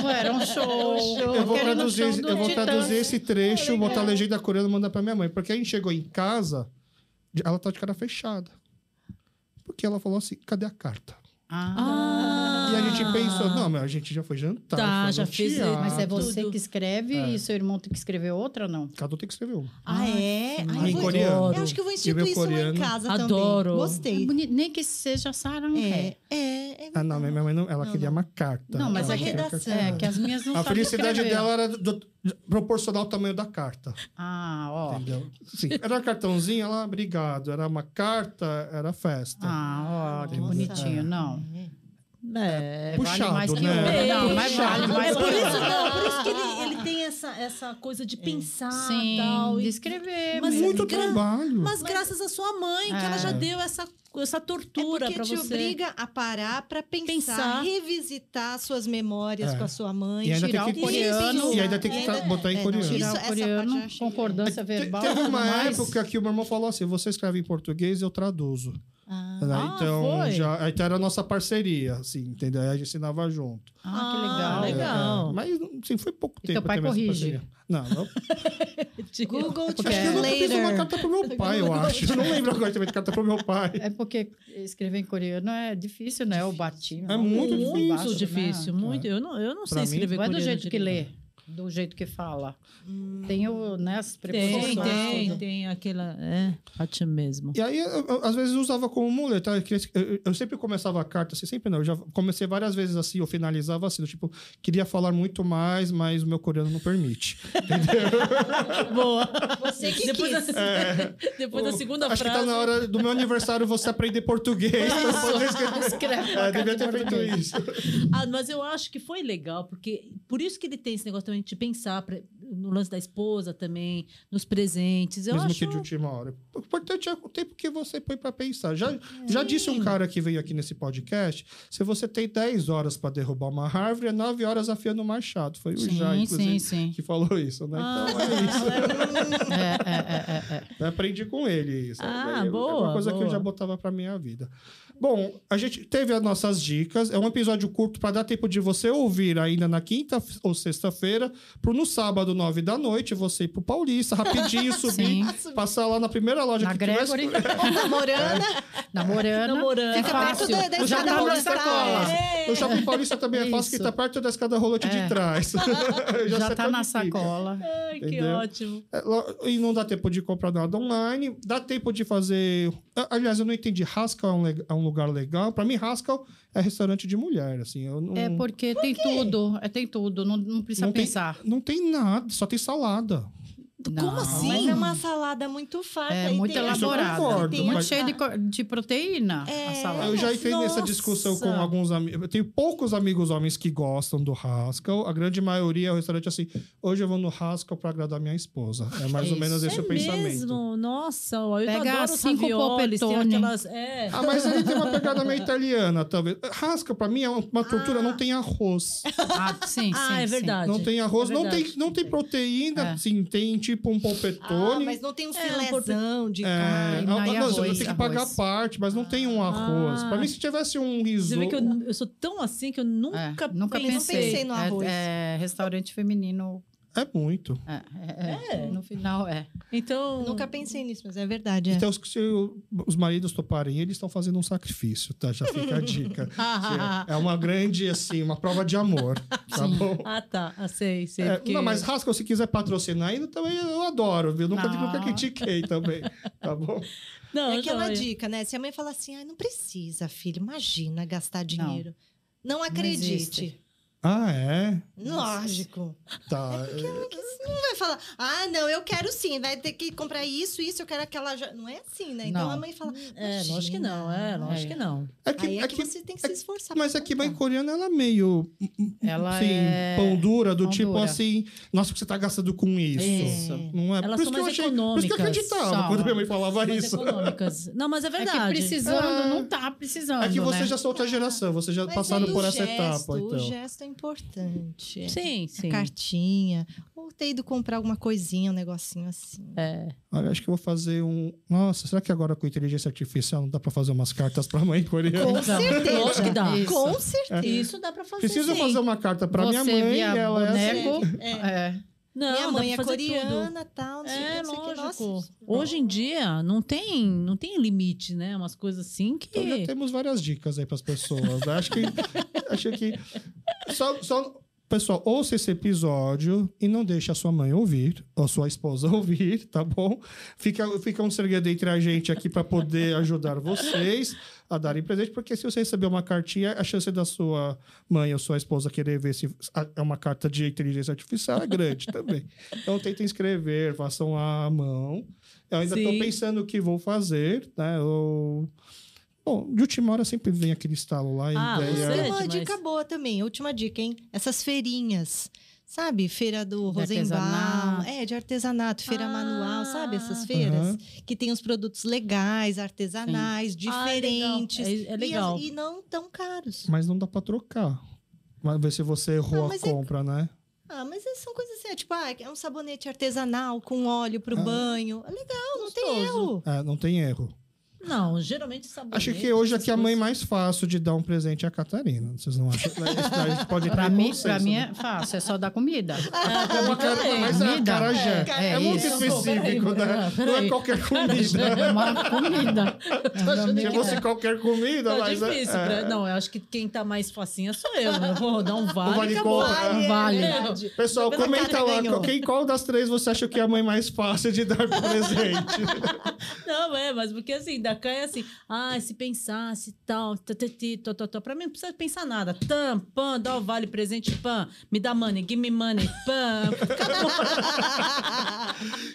[SPEAKER 3] Não era um show.
[SPEAKER 1] eu vou
[SPEAKER 3] Era no
[SPEAKER 1] traduzir,
[SPEAKER 3] show do
[SPEAKER 1] eu vou
[SPEAKER 3] Titãs.
[SPEAKER 1] traduzir esse trecho, botar a legenda coreana e mandar pra minha mãe. Porque a gente chegou em casa, ela tá de cara fechada. Porque ela falou assim: cadê a carta?
[SPEAKER 3] Ah,
[SPEAKER 1] E a gente pensou: não, mas a gente já foi jantar.
[SPEAKER 2] Tá,
[SPEAKER 1] foi
[SPEAKER 2] já
[SPEAKER 1] no
[SPEAKER 2] fez-
[SPEAKER 1] teatro.
[SPEAKER 3] Mas é você
[SPEAKER 2] tudo.
[SPEAKER 3] que escreve
[SPEAKER 1] Ah, É.
[SPEAKER 3] e seu irmão tem que escrever outra, não?
[SPEAKER 1] Cada um tem que escrever um.
[SPEAKER 4] Ah, é?
[SPEAKER 3] que
[SPEAKER 4] Ai,
[SPEAKER 1] Ah,
[SPEAKER 4] eu
[SPEAKER 1] em
[SPEAKER 4] vou-
[SPEAKER 1] coreano.
[SPEAKER 4] Eu acho que eu vou
[SPEAKER 1] E o meu
[SPEAKER 4] instituir isso lá em
[SPEAKER 1] coreano.
[SPEAKER 4] casa
[SPEAKER 2] Adoro.
[SPEAKER 4] também.
[SPEAKER 3] É
[SPEAKER 4] Gostei.
[SPEAKER 3] bonito. Nem que seja Sarah
[SPEAKER 4] É,
[SPEAKER 3] é.
[SPEAKER 4] é, é
[SPEAKER 1] Ah, não, minha mãe não, ela
[SPEAKER 4] Não,
[SPEAKER 1] queria
[SPEAKER 4] não.
[SPEAKER 1] uma carta.
[SPEAKER 3] Não, mas
[SPEAKER 1] Tá, Ela
[SPEAKER 4] é
[SPEAKER 1] queria
[SPEAKER 4] redação.
[SPEAKER 1] carta.
[SPEAKER 3] É, que as minhas não
[SPEAKER 1] A
[SPEAKER 3] sabem
[SPEAKER 1] felicidade
[SPEAKER 3] escrever.
[SPEAKER 1] dela era do- proporcional ao tamanho da carta.
[SPEAKER 3] Ah, ó.
[SPEAKER 1] Entendeu? Sim. Era cartãozinho, ela, obrigado. Era uma carta, era festa.
[SPEAKER 3] Ah, ó, que
[SPEAKER 4] Nossa.
[SPEAKER 3] bonitinho, não.
[SPEAKER 1] Ah.
[SPEAKER 2] É.
[SPEAKER 3] vale
[SPEAKER 1] Puxado,
[SPEAKER 3] mais que
[SPEAKER 1] né?
[SPEAKER 3] um. Não, mas
[SPEAKER 1] Puxado.
[SPEAKER 3] vale mais
[SPEAKER 2] é por
[SPEAKER 3] que um.
[SPEAKER 2] isso, não, por isso que ele, ele tem essa, essa coisa de pensar
[SPEAKER 3] Sim,
[SPEAKER 2] Ah, tal, e
[SPEAKER 3] de escrever.
[SPEAKER 2] Mas
[SPEAKER 3] Mas é
[SPEAKER 1] Muito
[SPEAKER 2] gra-
[SPEAKER 1] trabalho.
[SPEAKER 2] Mas graças à sua mãe, que ela já
[SPEAKER 1] É.
[SPEAKER 2] deu essa, essa tortura
[SPEAKER 4] é
[SPEAKER 2] pra
[SPEAKER 4] porque te
[SPEAKER 2] você.
[SPEAKER 4] obriga a parar pra pensar,
[SPEAKER 2] Pensar.
[SPEAKER 4] revisitar suas memórias
[SPEAKER 1] É.
[SPEAKER 4] com a sua mãe.
[SPEAKER 1] E ainda
[SPEAKER 4] tirar
[SPEAKER 1] tem que-
[SPEAKER 4] o coreano.
[SPEAKER 1] E ainda tem que
[SPEAKER 4] É,
[SPEAKER 1] tra-
[SPEAKER 4] não,
[SPEAKER 1] botar em
[SPEAKER 4] é,
[SPEAKER 1] coreano.
[SPEAKER 4] Não,
[SPEAKER 3] tirar
[SPEAKER 4] isso,
[SPEAKER 3] o
[SPEAKER 4] essa
[SPEAKER 3] coreano,
[SPEAKER 4] parte eu achei-
[SPEAKER 3] concordância verbal.
[SPEAKER 1] Teve
[SPEAKER 3] tudo
[SPEAKER 1] uma
[SPEAKER 3] mais.
[SPEAKER 1] época que o meu irmão falou assim: você escreve em português, eu traduzo.
[SPEAKER 4] Ah,
[SPEAKER 1] Né?
[SPEAKER 2] Ah,
[SPEAKER 1] então,
[SPEAKER 2] foi?
[SPEAKER 1] já, então era a nossa parceria, assim, entendeu? Aí a gente ensinava junto.
[SPEAKER 3] Ah, que legal.
[SPEAKER 2] legal.
[SPEAKER 1] É, mas assim, foi pouco
[SPEAKER 3] E
[SPEAKER 1] tempo.
[SPEAKER 3] teu pai
[SPEAKER 1] também essa
[SPEAKER 3] corrige?
[SPEAKER 1] parceria. Não, não.
[SPEAKER 4] Google
[SPEAKER 1] Porque
[SPEAKER 2] é
[SPEAKER 1] acho que eu nunca fiz uma
[SPEAKER 4] Translator.
[SPEAKER 1] carta pro meu pai, eu acho. Eu não lembro agora de ter feito carta pro meu pai.
[SPEAKER 3] É porque escrever em coreano é difícil, né? O batinho.
[SPEAKER 1] É
[SPEAKER 3] o
[SPEAKER 1] muito difícil,
[SPEAKER 3] embaixo, né?
[SPEAKER 2] Muito difícil, muito. Eu não, eu não sei
[SPEAKER 1] Pra mim,
[SPEAKER 2] escrever
[SPEAKER 3] Não é do
[SPEAKER 2] coreano
[SPEAKER 3] jeito que lê,
[SPEAKER 2] direito.
[SPEAKER 3] do jeito que fala. Tem o, né, as
[SPEAKER 2] Tem,
[SPEAKER 3] preposições.
[SPEAKER 2] tem,
[SPEAKER 3] tudo.
[SPEAKER 2] tem aquela. É, bate mesmo.
[SPEAKER 1] E aí, eu- eu- às vezes, eu usava como muleta. Eu, queria- eu- eu sempre começava a carta, assim, sempre não. Eu já comecei várias vezes assim, eu finalizava assim, do tipo, queria falar muito mais, mas o meu coreano não permite.
[SPEAKER 2] Boa.
[SPEAKER 4] Você que
[SPEAKER 2] depois
[SPEAKER 4] quis.
[SPEAKER 2] da, depois da
[SPEAKER 1] Eu-
[SPEAKER 2] segunda
[SPEAKER 1] Acho
[SPEAKER 2] frase.
[SPEAKER 1] que tá na hora do meu aniversário você aprender português. pra poder escrever.
[SPEAKER 3] Escreve
[SPEAKER 1] É,
[SPEAKER 3] uma
[SPEAKER 1] devia
[SPEAKER 3] carta
[SPEAKER 1] ter
[SPEAKER 3] em
[SPEAKER 1] feito
[SPEAKER 3] português.
[SPEAKER 1] isso.
[SPEAKER 2] Ah, mas eu acho que foi legal, porque por isso que ele tem esse negócio também de pensar pra- no lance da esposa também, nos presentes. Eu
[SPEAKER 1] Mesmo
[SPEAKER 2] acho
[SPEAKER 1] que de última hora. O importante é o tempo que você põe pra pensar. Já, já disse um cara que veio aqui nesse podcast: se você tem 10 horas pra derrubar uma árvore, é 9 horas afiando o machado. Foi o Já,
[SPEAKER 3] Sim,
[SPEAKER 1] inclusive.
[SPEAKER 3] sim, sim.
[SPEAKER 1] Que falou isso, né?
[SPEAKER 2] Ah.
[SPEAKER 1] Então é isso.
[SPEAKER 3] É, é, é, é, é.
[SPEAKER 1] Eu aprendi com ele isso.
[SPEAKER 2] Ah,
[SPEAKER 1] É Uma
[SPEAKER 2] boa,
[SPEAKER 1] coisa que eu
[SPEAKER 2] boa.
[SPEAKER 1] já botava pra minha vida. Bom, a gente teve as nossas dicas. É um episódio curto pra dar tempo de você ouvir ainda na quinta f- ou sexta-feira, pro no sábado, nove da noite, você ir pro Paulista, rapidinho subir,
[SPEAKER 3] Sim.
[SPEAKER 1] passar lá na primeira loja
[SPEAKER 3] Na
[SPEAKER 1] que
[SPEAKER 3] Gregory,
[SPEAKER 1] tivesse.
[SPEAKER 4] Tá Namorando. é
[SPEAKER 3] na Morana.
[SPEAKER 2] Namorando.
[SPEAKER 3] É
[SPEAKER 2] Fica
[SPEAKER 4] perto
[SPEAKER 3] fácil.
[SPEAKER 4] da- da
[SPEAKER 3] Já tá
[SPEAKER 4] Estrada
[SPEAKER 3] na
[SPEAKER 4] Paulista
[SPEAKER 3] sacola.
[SPEAKER 4] É.
[SPEAKER 1] No Shopping Paulista também é
[SPEAKER 3] Isso.
[SPEAKER 1] fácil, que tá perto da escada rolante
[SPEAKER 3] É.
[SPEAKER 1] de trás.
[SPEAKER 3] Já,
[SPEAKER 1] sei
[SPEAKER 3] tá
[SPEAKER 1] onde fica.
[SPEAKER 3] na sacola.
[SPEAKER 2] Ai, que
[SPEAKER 1] Entendeu?
[SPEAKER 2] ótimo.
[SPEAKER 1] É, lo- E não dá tempo de comprar nada online, dá tempo de fazer. a- Aliás, eu não entendi. Haskell é um, le- é um lugar legal. Pra mim, Haskell é restaurante de mulher, assim. Eu não,
[SPEAKER 3] É porque tem tudo, é, tem tudo, não, não precisa
[SPEAKER 1] Não tem-
[SPEAKER 3] pensar.
[SPEAKER 1] não tem nada, só tem salada.
[SPEAKER 3] Não.
[SPEAKER 2] Como assim?
[SPEAKER 4] Mas é uma salada muito farta.
[SPEAKER 3] É
[SPEAKER 4] e
[SPEAKER 3] muito
[SPEAKER 4] tem-
[SPEAKER 3] elaborada.
[SPEAKER 1] Isso eu concordo,
[SPEAKER 4] Tem
[SPEAKER 3] Muito
[SPEAKER 1] mas-
[SPEAKER 3] cheio de, co- de proteína a
[SPEAKER 4] É.
[SPEAKER 3] salada.
[SPEAKER 1] Eu já entrei nessa
[SPEAKER 2] Nossa!
[SPEAKER 1] discussão com alguns amigos. Eu tenho poucos amigos homens que gostam do Haskell. A grande maioria é o restaurante assim. Hoje eu vou no Haskell pra agradar minha esposa. É mais ou
[SPEAKER 3] Isso.
[SPEAKER 1] menos esse
[SPEAKER 2] é
[SPEAKER 1] o pensamento.
[SPEAKER 2] mesmo? Nossa, ó, eu
[SPEAKER 3] Pega
[SPEAKER 2] adoro
[SPEAKER 3] cinco
[SPEAKER 2] raviolis, tem
[SPEAKER 3] polpetone.
[SPEAKER 2] aquelas... É.
[SPEAKER 1] Ah, mas ele tem uma pegada meio italiana, talvez. Haskell, pra mim, é uma tortura, não tem arroz.
[SPEAKER 3] Ah, sim, sim.
[SPEAKER 2] Ah, é
[SPEAKER 3] sim.
[SPEAKER 2] verdade.
[SPEAKER 1] Não tem arroz,
[SPEAKER 2] É
[SPEAKER 1] não, tem,
[SPEAKER 2] verdade.
[SPEAKER 1] não tem proteína,
[SPEAKER 3] É.
[SPEAKER 1] sim, tem tipo um
[SPEAKER 4] Ah,
[SPEAKER 1] polpetone.
[SPEAKER 4] mas não tem um
[SPEAKER 2] É, um pouco-
[SPEAKER 4] filézão de
[SPEAKER 1] É,
[SPEAKER 4] carne.
[SPEAKER 1] não,
[SPEAKER 3] não, e
[SPEAKER 1] não, você tem
[SPEAKER 3] arroz,
[SPEAKER 1] que
[SPEAKER 3] arroz.
[SPEAKER 1] pagar a parte, mas não tem um arroz. Pra mim, se tivesse um
[SPEAKER 2] Você vê
[SPEAKER 1] risoto.
[SPEAKER 2] que eu, eu sou tão assim que eu
[SPEAKER 3] É,
[SPEAKER 2] nunca,
[SPEAKER 3] nunca
[SPEAKER 4] pensei.
[SPEAKER 3] pensei.
[SPEAKER 4] Não pensei no arroz.
[SPEAKER 3] É, é, restaurante feminino.
[SPEAKER 1] É muito.
[SPEAKER 3] É, é, é.
[SPEAKER 2] É.
[SPEAKER 3] No final, é.
[SPEAKER 2] Então...
[SPEAKER 4] Nunca pensei nisso, mas é verdade. É.
[SPEAKER 1] Então, se o- os maridos toparem, eles estão fazendo um sacrifício, tá? Já fica a dica. é uma grande, assim, uma prova de amor, tá
[SPEAKER 3] Sim.
[SPEAKER 1] bom?
[SPEAKER 2] Ah, tá. Ah, sei, sei.
[SPEAKER 1] É,
[SPEAKER 2] porque-
[SPEAKER 1] Não, mas Haskell, se quiser patrocinar ainda, também eu adoro, viu? Nunca,
[SPEAKER 3] Ah.
[SPEAKER 1] nunca critiquei também, tá bom?
[SPEAKER 2] Não,
[SPEAKER 4] é aquela
[SPEAKER 2] joia.
[SPEAKER 4] dica, né? Se a mãe falar assim, ai, não precisa, filho, imagina gastar dinheiro. Não, acredite.
[SPEAKER 3] existe.
[SPEAKER 1] Ah, é?
[SPEAKER 4] Lógico.
[SPEAKER 1] Tá.
[SPEAKER 4] Não vai falar, ah, não, eu quero sim, vai ter que comprar isso, isso, eu quero aquela. ja-". Não é assim, né? Então
[SPEAKER 3] Não.
[SPEAKER 4] a mãe fala.
[SPEAKER 2] É, lógico que não. É, lógico que
[SPEAKER 3] É.
[SPEAKER 2] não.
[SPEAKER 1] É que,
[SPEAKER 4] Aí é,
[SPEAKER 1] é
[SPEAKER 4] que,
[SPEAKER 1] que-
[SPEAKER 4] você tem que se esforçar.
[SPEAKER 1] mas
[SPEAKER 4] pra
[SPEAKER 1] aqui,
[SPEAKER 4] comprar.
[SPEAKER 1] mãe coreana, ela é meio
[SPEAKER 3] Ela
[SPEAKER 1] Sim,
[SPEAKER 3] é...
[SPEAKER 1] pão dura, do
[SPEAKER 3] pão
[SPEAKER 1] tipo
[SPEAKER 3] dura.
[SPEAKER 1] assim, nossa, o que você tá gastando com isso?
[SPEAKER 3] Isso.
[SPEAKER 1] Não é
[SPEAKER 2] Elas
[SPEAKER 1] por isso
[SPEAKER 2] são
[SPEAKER 1] que eu
[SPEAKER 2] mais
[SPEAKER 1] achei, por isso que eu
[SPEAKER 2] econômicas,
[SPEAKER 1] acreditava
[SPEAKER 3] são.
[SPEAKER 1] quando minha mãe falava
[SPEAKER 2] Mas
[SPEAKER 1] isso.
[SPEAKER 2] econômicas. Não, mas é
[SPEAKER 3] É
[SPEAKER 2] verdade.
[SPEAKER 3] que precisando,
[SPEAKER 1] É.
[SPEAKER 3] não tá precisando,
[SPEAKER 1] É que vocês
[SPEAKER 3] né?
[SPEAKER 1] já são outra geração, vocês já
[SPEAKER 4] Mas
[SPEAKER 1] passaram
[SPEAKER 4] aí o
[SPEAKER 1] por essa
[SPEAKER 4] gesto,
[SPEAKER 1] etapa,
[SPEAKER 4] O
[SPEAKER 1] então.
[SPEAKER 4] gesto é importante.
[SPEAKER 2] Sim,
[SPEAKER 4] A
[SPEAKER 2] sim.
[SPEAKER 4] cartinha. Ou ter ido comprar alguma coisinha, um negocinho assim.
[SPEAKER 2] É.
[SPEAKER 1] Olha, acho que eu vou fazer um. Nossa, será que agora com inteligência artificial não dá pra fazer umas cartas pra mãe coreana?
[SPEAKER 4] Com certeza.
[SPEAKER 2] Então, Lógico que dá.
[SPEAKER 3] Isso.
[SPEAKER 4] Com certeza.
[SPEAKER 2] Isso dá pra fazer.
[SPEAKER 1] Preciso
[SPEAKER 2] sim.
[SPEAKER 1] fazer um- uma carta pra
[SPEAKER 3] Você
[SPEAKER 1] minha mãe
[SPEAKER 3] via
[SPEAKER 1] ela é assim.
[SPEAKER 3] boneco,
[SPEAKER 4] É.
[SPEAKER 3] é.
[SPEAKER 2] Não,
[SPEAKER 4] Minha mãe
[SPEAKER 2] dá
[SPEAKER 4] é
[SPEAKER 2] pra fazer tudo.
[SPEAKER 4] coreana, tal, não sei o que,
[SPEAKER 2] É,
[SPEAKER 4] não sei o que. Nossa,
[SPEAKER 2] lógico. Hoje em dia não tem, não tem limite, né? Umas coisas assim que.
[SPEAKER 1] Então já temos várias dicas aí pras pessoas. né? Acho que. acho que. Só, só- Pessoal, ouça esse episódio e não deixe a sua mãe ouvir, ou a sua esposa ouvir, tá bom? Fica, fica um segredo entre a gente aqui pra poder ajudar vocês a darem presente, porque se você receber uma cartinha, a chance da sua mãe ou sua esposa querer ver se a- é uma carta de inteligência artificial é grande também. Então tentem escrever, façam à mão. Eu ainda estou
[SPEAKER 2] Sim.
[SPEAKER 1] pensando o que vou fazer, né? Eu... Bom, de última hora sempre vem aquele estalo lá e
[SPEAKER 2] Ah,
[SPEAKER 1] ideia.
[SPEAKER 4] Tem
[SPEAKER 2] É,
[SPEAKER 4] uma
[SPEAKER 2] demais.
[SPEAKER 4] dica boa também, última dica, hein? Essas feirinhas, sabe? Feira do
[SPEAKER 3] De
[SPEAKER 4] Rosenbaum,
[SPEAKER 3] artesanato.
[SPEAKER 4] é, de artesanato, feira
[SPEAKER 2] Ah.
[SPEAKER 4] manual, sabe? Essas feiras
[SPEAKER 1] Aham.
[SPEAKER 4] que tem os produtos legais, artesanais,
[SPEAKER 2] Ah, é legal.
[SPEAKER 4] diferentes.
[SPEAKER 2] É-
[SPEAKER 4] E
[SPEAKER 2] É,
[SPEAKER 4] as-
[SPEAKER 2] legal.
[SPEAKER 4] E, não tão caros.
[SPEAKER 1] Mas não dá para trocar. Mas ver se você errou
[SPEAKER 4] Ah,
[SPEAKER 1] a
[SPEAKER 4] mas é-
[SPEAKER 1] compra, né?
[SPEAKER 4] Ah, mas essas são coisas assim, é tipo, ah, é um sabonete artesanal com óleo pro
[SPEAKER 1] Ah.
[SPEAKER 4] banho. É legal, não tem
[SPEAKER 2] Gostoso.
[SPEAKER 4] erro.
[SPEAKER 1] É, não tem erro.
[SPEAKER 2] Não, geralmente sabonete.
[SPEAKER 1] Acho que hoje
[SPEAKER 2] essas
[SPEAKER 1] aqui é a mãe
[SPEAKER 2] coisas.
[SPEAKER 1] mais fácil de dar um presente é a Catarina. Vocês não acham? É Isso daí a gente pode entrar
[SPEAKER 3] Pra
[SPEAKER 1] em
[SPEAKER 3] mim,
[SPEAKER 1] consenso,
[SPEAKER 3] pra mim
[SPEAKER 1] né?
[SPEAKER 3] é fácil, é só dar comida.
[SPEAKER 2] Ah, pra mim
[SPEAKER 1] Mas cara-
[SPEAKER 2] também.
[SPEAKER 1] mas a
[SPEAKER 3] Comida?
[SPEAKER 1] carajé.
[SPEAKER 4] É,
[SPEAKER 1] É,
[SPEAKER 3] é
[SPEAKER 1] muito
[SPEAKER 3] isso.
[SPEAKER 1] específico,
[SPEAKER 2] Peraí,
[SPEAKER 1] né?
[SPEAKER 2] peraí.
[SPEAKER 1] Não é qualquer comida.
[SPEAKER 3] É uma
[SPEAKER 1] Tá
[SPEAKER 3] comida.
[SPEAKER 1] Se fosse qualquer comida,
[SPEAKER 2] Tá
[SPEAKER 1] mas. é-
[SPEAKER 2] difícil.
[SPEAKER 1] é,
[SPEAKER 2] pra- Não, eu acho que quem tá mais facinha sou eu. né? Eu vou dar um vale.
[SPEAKER 1] vale
[SPEAKER 2] acabou.
[SPEAKER 1] compra,
[SPEAKER 2] Um
[SPEAKER 1] é
[SPEAKER 2] vale.
[SPEAKER 4] verdade.
[SPEAKER 1] Pessoal,
[SPEAKER 4] Tá vendo a
[SPEAKER 1] comenta
[SPEAKER 4] cara
[SPEAKER 1] lá
[SPEAKER 4] ganhou?
[SPEAKER 1] quem, qual das três você acha que é a mãe mais fácil de dar presente.
[SPEAKER 2] Não, é, mas porque assim, da Khan é assim, ah, se pensasse tal, tatati, tó, tó, tó. Pra mim não precisa pensar nada. Tam, pam, dá o vale, presente, pam, me dá money, give me money, pam.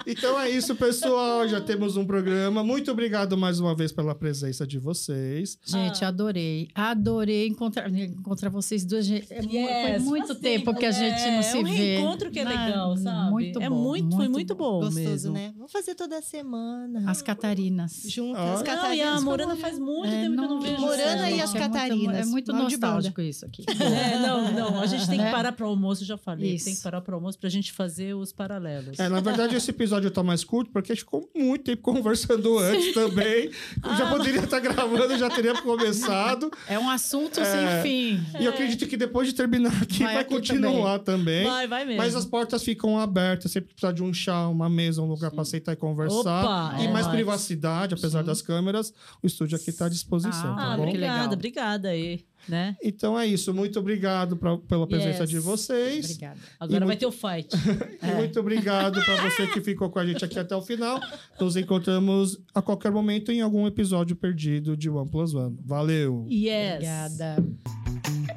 [SPEAKER 1] então é isso, pessoal. Já temos um programa. Muito obrigado mais uma vez pela presença de vocês.
[SPEAKER 3] Gente, adorei. Adorei encontrar, encontrar vocês duas. gente. É mu- foi
[SPEAKER 2] Yes,
[SPEAKER 3] muito
[SPEAKER 2] assim,
[SPEAKER 3] tempo que a gente não
[SPEAKER 2] é,
[SPEAKER 3] se
[SPEAKER 2] é um
[SPEAKER 3] vê.
[SPEAKER 2] reencontro que é
[SPEAKER 3] Não,
[SPEAKER 2] legal, sabe?
[SPEAKER 3] Muito
[SPEAKER 2] é
[SPEAKER 3] bom,
[SPEAKER 2] muito, foi muito bom,
[SPEAKER 4] Gostoso,
[SPEAKER 2] mesmo.
[SPEAKER 4] né? Vamos fazer toda semana.
[SPEAKER 3] As Catarinas.
[SPEAKER 4] Juntas,
[SPEAKER 1] Ah.
[SPEAKER 4] as
[SPEAKER 1] Não,
[SPEAKER 2] Não, e
[SPEAKER 4] Catarinas.
[SPEAKER 2] a Morana faz muito
[SPEAKER 3] É,
[SPEAKER 2] tempo que eu não
[SPEAKER 3] nossa,
[SPEAKER 2] vejo.
[SPEAKER 4] Morana
[SPEAKER 2] ela.
[SPEAKER 4] e as
[SPEAKER 3] é muito-
[SPEAKER 4] Catarinas.
[SPEAKER 3] É muito
[SPEAKER 4] Mal de bunda.
[SPEAKER 3] nostálgico isso aqui.
[SPEAKER 2] É, não, não, a gente tem que
[SPEAKER 3] Né?
[SPEAKER 2] parar pro almoço, eu já falei,
[SPEAKER 3] Isso.
[SPEAKER 2] tem que parar pro almoço pra gente fazer os paralelos.
[SPEAKER 1] É, na verdade, esse episódio tá mais curto porque a gente ficou muito tempo conversando antes também. Eu já
[SPEAKER 2] Ah,
[SPEAKER 1] poderia estar gravando, já teria começado.
[SPEAKER 3] É um assunto
[SPEAKER 1] É.
[SPEAKER 3] sem fim.
[SPEAKER 1] E eu acredito que depois de terminar aqui vai,
[SPEAKER 3] Vai aqui
[SPEAKER 1] continuar também.
[SPEAKER 2] Vai, vai mesmo.
[SPEAKER 1] Mas as portas ficam abertas, sempre precisar de um chá, uma mesa, um lugar para aceitar e conversar.
[SPEAKER 2] Opa,
[SPEAKER 1] e
[SPEAKER 2] é
[SPEAKER 1] mais
[SPEAKER 2] nóis.
[SPEAKER 1] privacidade, apesar das câmeras, o estúdio aqui está à disposição,
[SPEAKER 3] Ah,
[SPEAKER 1] tá
[SPEAKER 2] Ah,
[SPEAKER 1] bom?
[SPEAKER 3] que legal.
[SPEAKER 2] obrigada, obrigada aí, né?
[SPEAKER 1] Então é isso. Muito obrigado pra- pela presença
[SPEAKER 2] Yes.
[SPEAKER 1] de vocês.
[SPEAKER 3] Obrigada.
[SPEAKER 2] Agora vai
[SPEAKER 1] muito-
[SPEAKER 2] ter o fight.
[SPEAKER 1] E muito obrigado para você que ficou com a gente aqui até o final. Nos encontramos a qualquer momento em algum episódio perdido de One Plus One. Valeu!
[SPEAKER 2] Yes.
[SPEAKER 3] Obrigada.